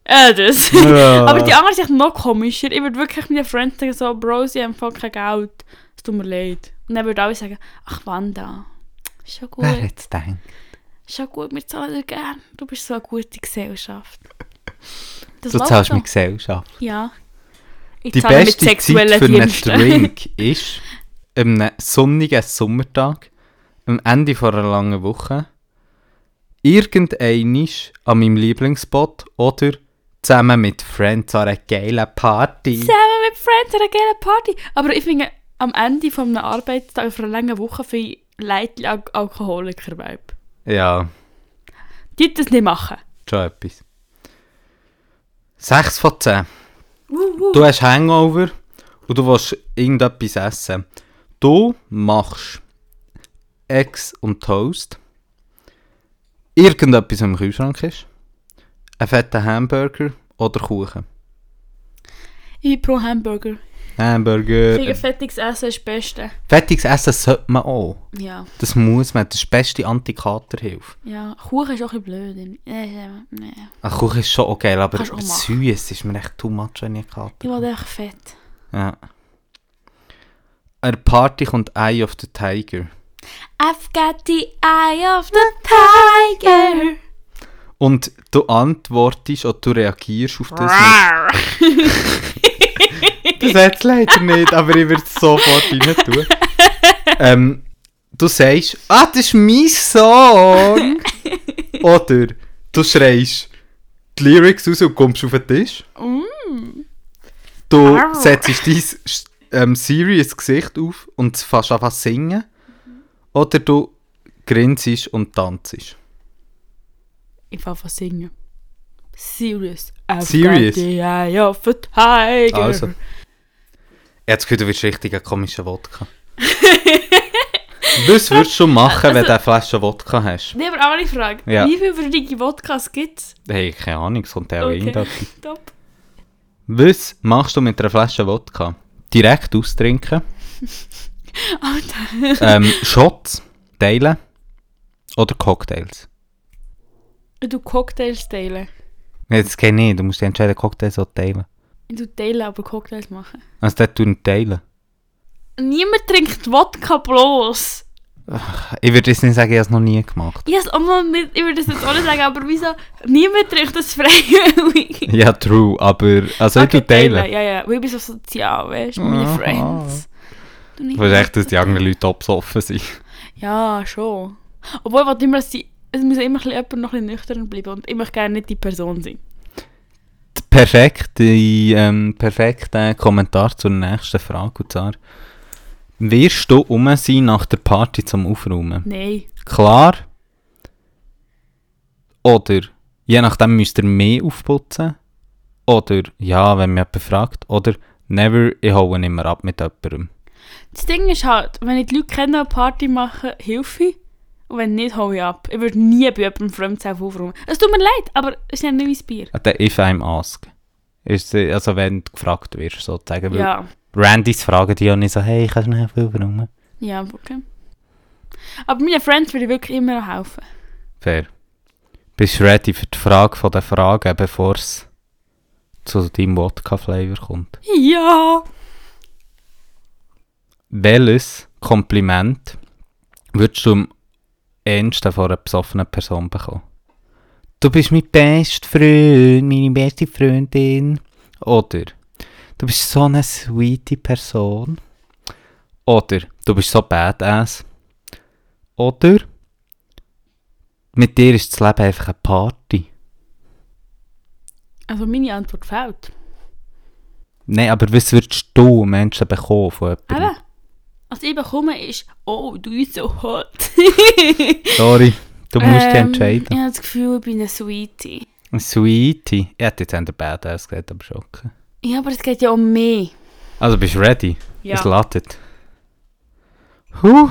Speaker 2: Äh, das.
Speaker 1: Ja.
Speaker 2: Aber die andere ist echt noch komischer. Ich würde wirklich meinen Freunden sagen, so, Bro, sie haben voll kein Geld. Es tut mir leid. Und dann würde alle sagen, ach Wanda, ist schon gut.
Speaker 1: Wer hätte gedacht?
Speaker 2: Ist schon gut, wir zahlen dir gerne. Du bist so eine gute Gesellschaft. Das
Speaker 1: Du
Speaker 2: läuft
Speaker 1: zahlst
Speaker 2: so.
Speaker 1: mit Gesellschaft.
Speaker 2: Ja. Ich
Speaker 1: Die
Speaker 2: zahle
Speaker 1: beste Zeit für einen Drink ist am sonnigen Sommertag, am Ende von einer langen Woche, irgendeinisch an meinem Lieblingsspot oder zusammen mit Friends an einer geilen Party.
Speaker 2: Zusammen mit Friends an einer geilen Party. Aber ich finde, am Ende von einem Arbeitstag, auf einer langen Woche, für Leute Al alkoholiker vibe
Speaker 1: Ja,
Speaker 2: Die das nicht machen.
Speaker 1: schon etwas. 6 von 10.
Speaker 2: Uh, uh.
Speaker 1: Du hast Hangover und du willst irgendetwas essen. Du machst Eggs und Toast. Irgendetwas im Kühlschrank ist. Einen fetten Hamburger oder Kuchen.
Speaker 2: Ich bin pro Hamburger. Ich finde,
Speaker 1: Hamburger.
Speaker 2: fettiges Essen ist das Beste.
Speaker 1: Fettiges Essen sollte man auch.
Speaker 2: Ja.
Speaker 1: Das muss man. Das ist die beste Antikaterhilfe.
Speaker 2: Ja. Kuchen ist auch ein bisschen blöd. Nee, nee.
Speaker 1: Ein Kuchen ist schon okay, aber
Speaker 2: Kannst du auch machen.
Speaker 1: süß ist mir echt too much, wenn ich Kater
Speaker 2: Ich will echt fett.
Speaker 1: Ja. Eine Party kommt Eye of the Tiger.
Speaker 2: I've got the eye of the tiger.
Speaker 1: Und du antwortest oder du reagierst auf das mit. Das hat es leider nicht, aber ich würde es sofort rein tun. Ähm, du sagst, ah, das ist mein Song! oder du schreist die Lyrics raus und kommst auf den Tisch. Du
Speaker 2: Arr.
Speaker 1: setzt dein ähm, serious Gesicht auf und fängst an zu singen. Oder du grinst und tanzt.
Speaker 2: Ich fange von singen. Serious. I've
Speaker 1: Serious?
Speaker 2: got the eye of the tiger.
Speaker 1: Also. Ich habe das Gefühl, du wirst richtig ein komischer Wodka. Was würdest du machen,
Speaker 2: Also-
Speaker 1: wenn du eine Flasche Wodka hast?
Speaker 2: Nee, aber auch eine Frage.
Speaker 1: Ja.
Speaker 2: Wie viele verdicke Wodkas gibt es?
Speaker 1: Hey, keine Ahnung, es kommt ja auch
Speaker 2: Okay,
Speaker 1: irgendetwas.
Speaker 2: top.
Speaker 1: Was machst du mit einer Flasche Wodka? Direkt austrinken,
Speaker 2: Alter.
Speaker 1: ähm, Shots teilen oder Cocktails?
Speaker 2: Du Cocktails teilen.
Speaker 1: Nein, das geht nicht, du musst dich entscheiden, Cocktails oder teilen.
Speaker 2: Du teilen, aber Cocktails machen.
Speaker 1: Also dort tun wir teilen.
Speaker 2: Niemand trinkt Wodka bloß.
Speaker 1: Ich würde jetzt nicht sagen, ich habe es noch nie gemacht.
Speaker 2: Ich, hab's auch mal nicht, ich würde das jetzt auch nicht sagen, aber wieso? Niemand trinkt das freiwillig.
Speaker 1: Ja, true, aber also ich tue teilen.
Speaker 2: Ja, ja. Weil ich bin so sozial, weißt du,
Speaker 1: Aha.
Speaker 2: meine Friends. Du nicht.
Speaker 1: Ich weiß echt, dass die anderen Leute absoffen sind.
Speaker 2: Ja, schon. Obwohl, ich will immer, dass die, es muss immer ein bisschen jemand noch ein bisschen nüchtern bleiben und ich möchte gerne nicht die Person sein.
Speaker 1: Die perfekte, ähm, perfekte Kommentar zur nächsten Frage. Und zwar, wirst du um sein nach der Party zum Aufräumen?
Speaker 2: Nein.
Speaker 1: Klar? Oder, je nachdem müsst ihr mehr aufputzen? Oder, ja, wenn mich jemand fragt? Oder, never, ich hole nicht mehr ab mit jemandem.
Speaker 2: Das Ding ist halt, wenn ich die Leute kenne, eine Party machen, helfe ich. Und wenn nicht, hole ich ab. Ich würde nie bei jemandem fremd selber aufräumen. Es tut mir leid, aber es ist ja nicht mein Bier.
Speaker 1: Ah, Der if I'm asked. Ist, äh, also wenn du gefragt wirst, sozusagen. Weil
Speaker 2: Ja.
Speaker 1: Randys fragen dich ja nicht so, hey, kannst du nicht aufräumen?
Speaker 2: Ja, okay. Aber meinen Friends würde ich wirklich immer noch helfen.
Speaker 1: Fair. Bist du ready für die Frage von den Fragen, bevor es zu deinem Wodka-Flavor kommt?
Speaker 2: Ja!
Speaker 1: Welches Kompliment würdest du am ehesten von einer besoffenen Person bekommen? Du bist mein bester Freund, meine beste Freundin. Oder du bist so eine sweete Person. Oder du bist so badass. Oder mit dir ist das Leben einfach eine Party.
Speaker 2: Also meine Antwort fehlt.
Speaker 1: Nein, aber was würdest du Menschen bekommen von jemandem?
Speaker 2: Eben. Was ich bekomme ist, oh, du bist so hot.
Speaker 1: Sorry, du musst dich
Speaker 2: Ähm,
Speaker 1: entscheiden.
Speaker 2: Ich habe das Gefühl, ich bin eine Sweetie.
Speaker 1: Sweetie. Ich hätte jetzt an der Badass gesagt, aber schon okay.
Speaker 2: Ja, aber es geht ja um mich.
Speaker 1: Also bist du ready?
Speaker 2: Ja.
Speaker 1: Es lädt. Huh?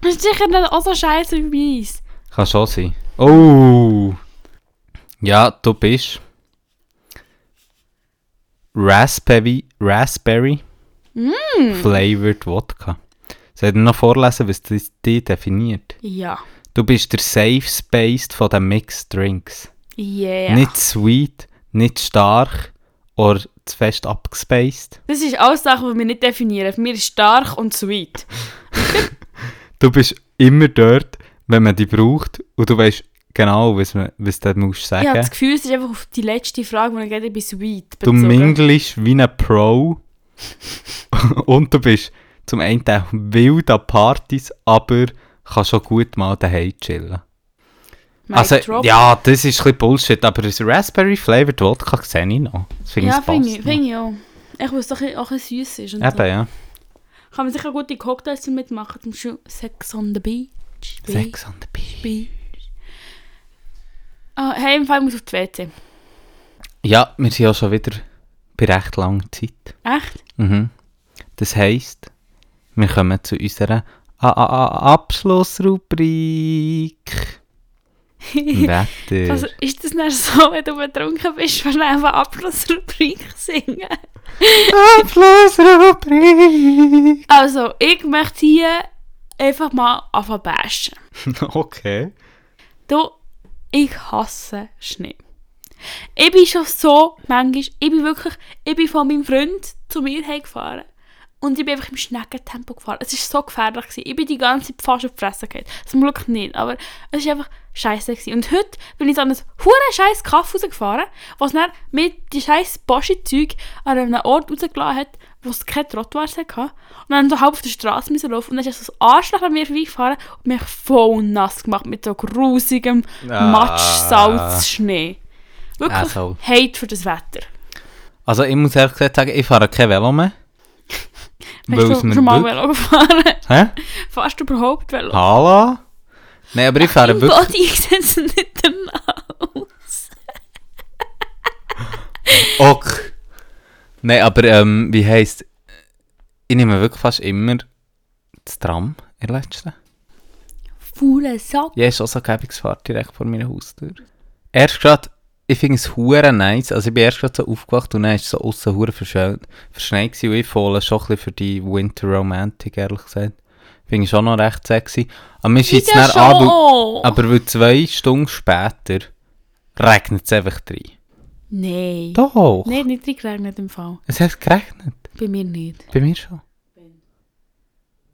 Speaker 2: Das ist sicher nicht auch so scheiße wie meins.
Speaker 1: Kann schon sein. Oh! Ja, du bist. Raspberry, Raspberry
Speaker 2: Mm.
Speaker 1: Flavored Wodka. Soll ich dir noch vorlesen, was das die definiert?
Speaker 2: Ja.
Speaker 1: Du bist der Safe Space von den Mixed Drinks.
Speaker 2: Yeah.
Speaker 1: Nicht sweet, nicht stark oder zu fest abgespaced.
Speaker 2: Das ist alles Sachen, die wir nicht definieren. Für mich ist stark und sweet.
Speaker 1: Du bist immer dort, wenn man dich braucht und du weißt genau, was, man, was du musst
Speaker 2: Ich
Speaker 1: sagen
Speaker 2: habe das Gefühl, es ist einfach auf die letzte Frage, wo ich gerade bin, sweet
Speaker 1: Du
Speaker 2: bezogen.
Speaker 1: mingelst wie ein Pro. und du bist zum einen wild an Partys, aber kannst schon gut mal daheim chillen.
Speaker 2: Mic
Speaker 1: also,
Speaker 2: drop.
Speaker 1: ja, das ist ein bisschen Bullshit, aber das Raspberry-Flavored Wodka sehe ich noch. Das finde
Speaker 2: Ja,
Speaker 1: ich passt
Speaker 2: finde ich,
Speaker 1: noch.
Speaker 2: find ich auch. Ich weiß doch, auch ein süß ist. Und so.
Speaker 1: Eben, ja.
Speaker 2: Kann man sicher gute Cocktails damit machen. Zum Beispiel Sex on the Beach. Beach,
Speaker 1: Sex on the beach.
Speaker 2: Beach. Ah, hey, im Fall muss ich auf die WC.
Speaker 1: Ja, wir sind ja schon wieder bei recht langer Zeit.
Speaker 2: Echt?
Speaker 1: Mhm. Das heisst, wir kommen zu unserer A -A -A Abschlussrubrik. Wetter.
Speaker 2: Also, ist das nicht so, wenn du betrunken bist, wenn du einfach Abschlussrubrik singen?
Speaker 1: Abschlussrubrik.
Speaker 2: Also, ich möchte hier einfach mal anfangen zu bashen.
Speaker 1: Okay.
Speaker 2: Du, ich hasse Schnee. Ich bin schon so manchmal, ich bin wirklich, ich bin von meinem Freund zu mir heim gefahren und ich bin einfach im Schneckentempo gefahren. Es war so gefährlich. Gewesen. Ich bin die ganze Zeit fast auf die Fresse gefallen. Zum Glück nicht, aber es war einfach scheiße. Gewesen. Und heute bin ich so an einem huren scheiß Kaff rausgefahren, was dann mit die scheiß Bosche-Zeug an einem Ort rausgelassen hat, wo es keine Trottoirs hatte. Und dann so halb auf der Straße müssen laufen und dann ist so ein Arschloch an mir vorbeigefahren und mich voll nass gemacht mit so grusigem
Speaker 1: Ah.
Speaker 2: Matsch-Salz-Schnee. Wirklich
Speaker 1: Asshole.
Speaker 2: Hate für das
Speaker 1: Äh,
Speaker 2: Wetter.
Speaker 1: Also ich muss ehrlich gesagt sagen, ich fahre kein Velo mehr.
Speaker 2: Hast
Speaker 1: Weil es
Speaker 2: du
Speaker 1: mir
Speaker 2: schon mal
Speaker 1: wirklich-
Speaker 2: Velo gefahren?
Speaker 1: Hä?
Speaker 2: Fast überhaupt Velo?
Speaker 1: Hallo? Nein, aber ich fahre
Speaker 2: Im
Speaker 1: wirklich...
Speaker 2: Body sieht es nicht danach aus.
Speaker 1: Ok. Nein, aber ähm, wie heisst... Ich nehme wirklich fast immer das Tram in der letzten.
Speaker 2: Fauler Sack.
Speaker 1: Ja, ist auch so eine Fahrt direkt vor meiner Haustür. Erst gerade, ich finde es hure nice. Also ich bin erst gerade so aufgewacht und dann ist es so aussen hure verschneit verschneit gewesen. Und ich fahre schon ein bisschen für die Winter Romantic, ehrlich gesagt. Finde ich schon noch recht sexy. Aber mir ist jetzt
Speaker 2: ja
Speaker 1: dann ab, weil-
Speaker 2: schon.
Speaker 1: aber weil zwei Stunden später regnet es einfach rein.
Speaker 2: Nein.
Speaker 1: Doch,
Speaker 2: Nein, nicht reingeregnet im Fall.
Speaker 1: es hat geregnet.
Speaker 2: Bei mir nicht.
Speaker 1: Bei mir schon.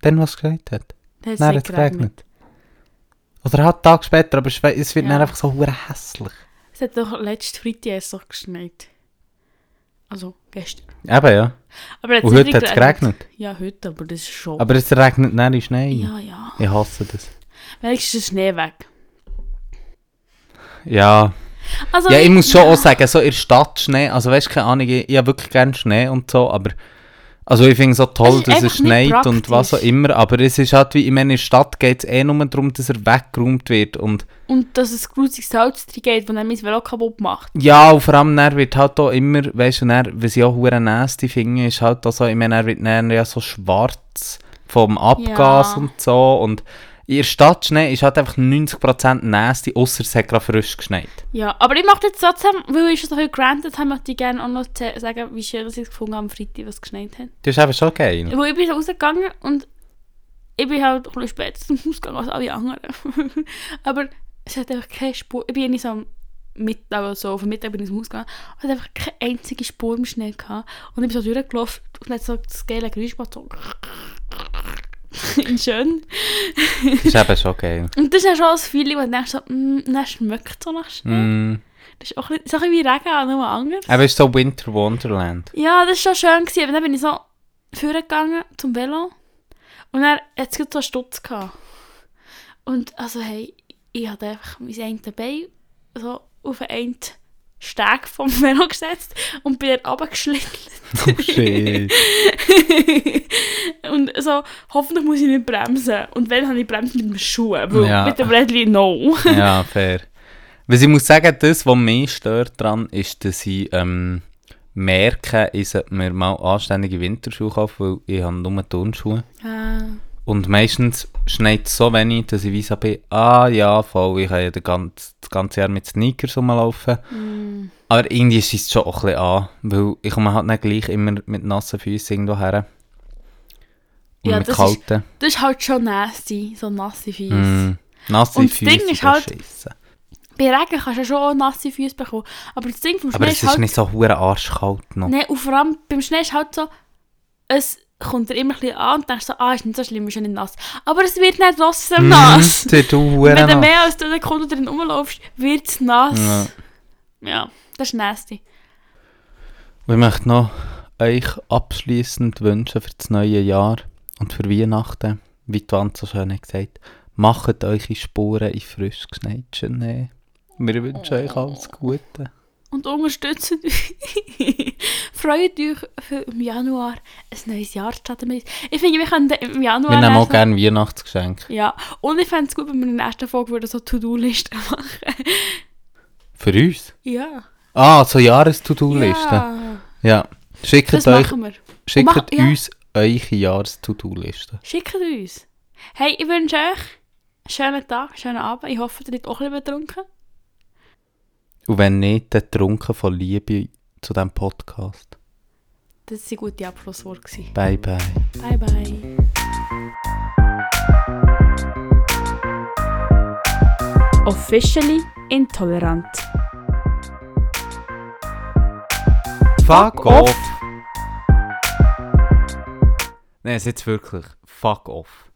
Speaker 1: Dann, was es geregnet hat.
Speaker 2: Da hat's
Speaker 1: Dann
Speaker 2: nicht
Speaker 1: hat es geregnet. Oder halt einen Tag später, aber es we- es wird
Speaker 2: Ja.
Speaker 1: dann einfach so hure hässlich.
Speaker 2: Es hat doch letzte Freitag erst doch geschneit. Also, gestern.
Speaker 1: Eben, ja.
Speaker 2: Aber
Speaker 1: Und heute hat es geregnet.
Speaker 2: Ja, heute, aber das ist schon...
Speaker 1: Aber es regnet nicht in Schnee.
Speaker 2: ja, ja.
Speaker 1: Ich hasse das.
Speaker 2: Wenigstens ist der Schnee weg.
Speaker 1: Ja.
Speaker 2: Also,
Speaker 1: Ja, ich muss schon auch sagen, so in der Stadt Schnee, also weißt du, keine Ahnung, ich, ich habe wirklich gerne Schnee und so, aber also ich finde es so
Speaker 2: Es
Speaker 1: toll,
Speaker 2: ist
Speaker 1: dass
Speaker 2: einfach
Speaker 1: es
Speaker 2: nicht
Speaker 1: schneit und was auch
Speaker 2: praktisch.
Speaker 1: immer, aber es ist halt wie, ich meine, in der Stadt geht es eh nur darum, dass er weggeräumt wird und
Speaker 2: Und dass es grusiges Salz drin geht, das dann mein Velo kaputt macht.
Speaker 1: ja, und vor allem dann wird halt auch immer, weißt du, dann, was ich auch hure nasty finde, ist halt auch so, ich meine, er wird dann ja so schwarz vom Abgas
Speaker 2: Ja.
Speaker 1: und so und in der Stadt Schnee ist halt einfach 90% nasty, außer es hat gerade frisch geschneit.
Speaker 2: Ja, aber ich mache jetzt trotzdem, weil ich schon so viel granted habe, möchte ich gerne auch noch ze- sagen, wie schön dass ich es gefunden habe am Freitag, was es geschneit hat.
Speaker 1: Das ist eben schon geil.
Speaker 2: Weil ich bin so rausgegangen und ich bin halt ein bisschen später zum Ausgang als alle anderen. aber es hat einfach keine Spur. Ich bin nicht so am Mittag oder so, auf den Mittag bin ich zum Ausgang. Es hat einfach keine einzige Spur im Schnee gehabt. Und ich bin so durchgelaufen und dann hat so das geile Geräusch gemacht. So. Schön.
Speaker 1: Das ist eben schon geil.
Speaker 2: Und das ist ja schon das Feeling, wo du denkst, so, mm, dann schmeckt so nach Schnee.
Speaker 1: Mm.
Speaker 2: Das ist auch ein bisschen, so ein bisschen wie Regen, nur anders.
Speaker 1: Aber es ist so Winter Wonderland.
Speaker 2: Ja, das war schon schön. Gewesen. Aber dann bin ich so vorgegangen zum Velo. Und dann hat es gerade so einen Stutz gehabt. Und also, hey, ich hatte einfach mein eine Bein so auf einen Steg vom Velo gesetzt und bin dann runtergeschlittert.
Speaker 1: Oh shit.
Speaker 2: und so, hoffentlich muss ich nicht bremsen. Und wenn, habe ich bremst mit dem Schuh. Weil
Speaker 1: Ja.
Speaker 2: mit dem Rädchen, no.
Speaker 1: Ja, fair. Was ich muss sagen, das, was mich stört daran, ist, dass ich ähm, merke, ich sollte mir mal anständige Winterschuhe kaufen, weil ich habe nur Turnschuhe.
Speaker 2: Ah.
Speaker 1: Und meistens schneit es so wenig, dass ich weiss, bin, ah ja, voll, ich kann ja den ganz, das ganze Jahr mit Sneakers rumlaufen.
Speaker 2: Mm.
Speaker 1: Aber irgendwie schießt es schon auch ein bisschen an, weil ich komme halt nicht gleich immer mit nassen Füßen irgendwo her. Und
Speaker 2: Ja,
Speaker 1: mit
Speaker 2: das ist-
Speaker 1: kalten.
Speaker 2: Das ist halt schon nasty, so nasse Füße.
Speaker 1: Mm, nasse
Speaker 2: Und das Ding
Speaker 1: Füße,
Speaker 2: ist
Speaker 1: das
Speaker 2: halt-
Speaker 1: scheisse.
Speaker 2: Bei Regen kannst du ja schon auch nasse Füße bekommen. Aber das Ding vom Schnee
Speaker 1: Aber es
Speaker 2: ist
Speaker 1: ist
Speaker 2: halt...
Speaker 1: nicht so hure arschkalt noch.
Speaker 2: Nein, und vor allem beim Schnee ist halt so... Es kommt dir immer ein bisschen an und denkst so, ah, ist nicht so schlimm, ist ja nicht nass. Aber es wird nicht trotzdem nass.
Speaker 1: Mm, du
Speaker 2: Wenn du
Speaker 1: nass.
Speaker 2: mehr als eine Sekunde drin rumlaufst, wird es nass.
Speaker 1: Ja.
Speaker 2: Ja, das ist nasty.
Speaker 1: Wir möchten noch euch abschließend wünschen für das neue Jahr und für Weihnachten, wie die Wand so schön hat gesagt macht eure Spuren in frisch geschneiten Schnee. Wir wünschen euch alles Gute.
Speaker 2: Und unterstützt uns. Freut euch für im Januar ein neues Jahr zu starten. mit uns. Ich finde, wir können im Januar...
Speaker 1: Wir nehmen auch
Speaker 2: erst noch-
Speaker 1: gerne Weihnachtsgeschenke.
Speaker 2: Ja, und ich fände es gut, wenn wir in der nächsten Folge würden so To-Do-Listen machen.
Speaker 1: Für uns?
Speaker 2: Ja.
Speaker 1: Ah, so Jahres-To-Do-Listen. Ja.
Speaker 2: Ja, das
Speaker 1: Schickt, euch,
Speaker 2: machen wir.
Speaker 1: schickt
Speaker 2: Mach- ja.
Speaker 1: uns eure Jahres-To-Do-Listen.
Speaker 2: Schickt uns. Hey, ich wünsche euch einen schönen Tag, schönen Abend. Ich hoffe, ihr seid auch ein bisschen betrunken.
Speaker 1: Und wenn nicht, dann trunken von Liebe zu diesem Podcast.
Speaker 2: Das waren gute Abschlussworte. gewesen.
Speaker 1: Bye, bye.
Speaker 2: Bye, bye. Officially intolerant.
Speaker 1: Fuck off! Nein, es ist jetzt wirklich Fuck off.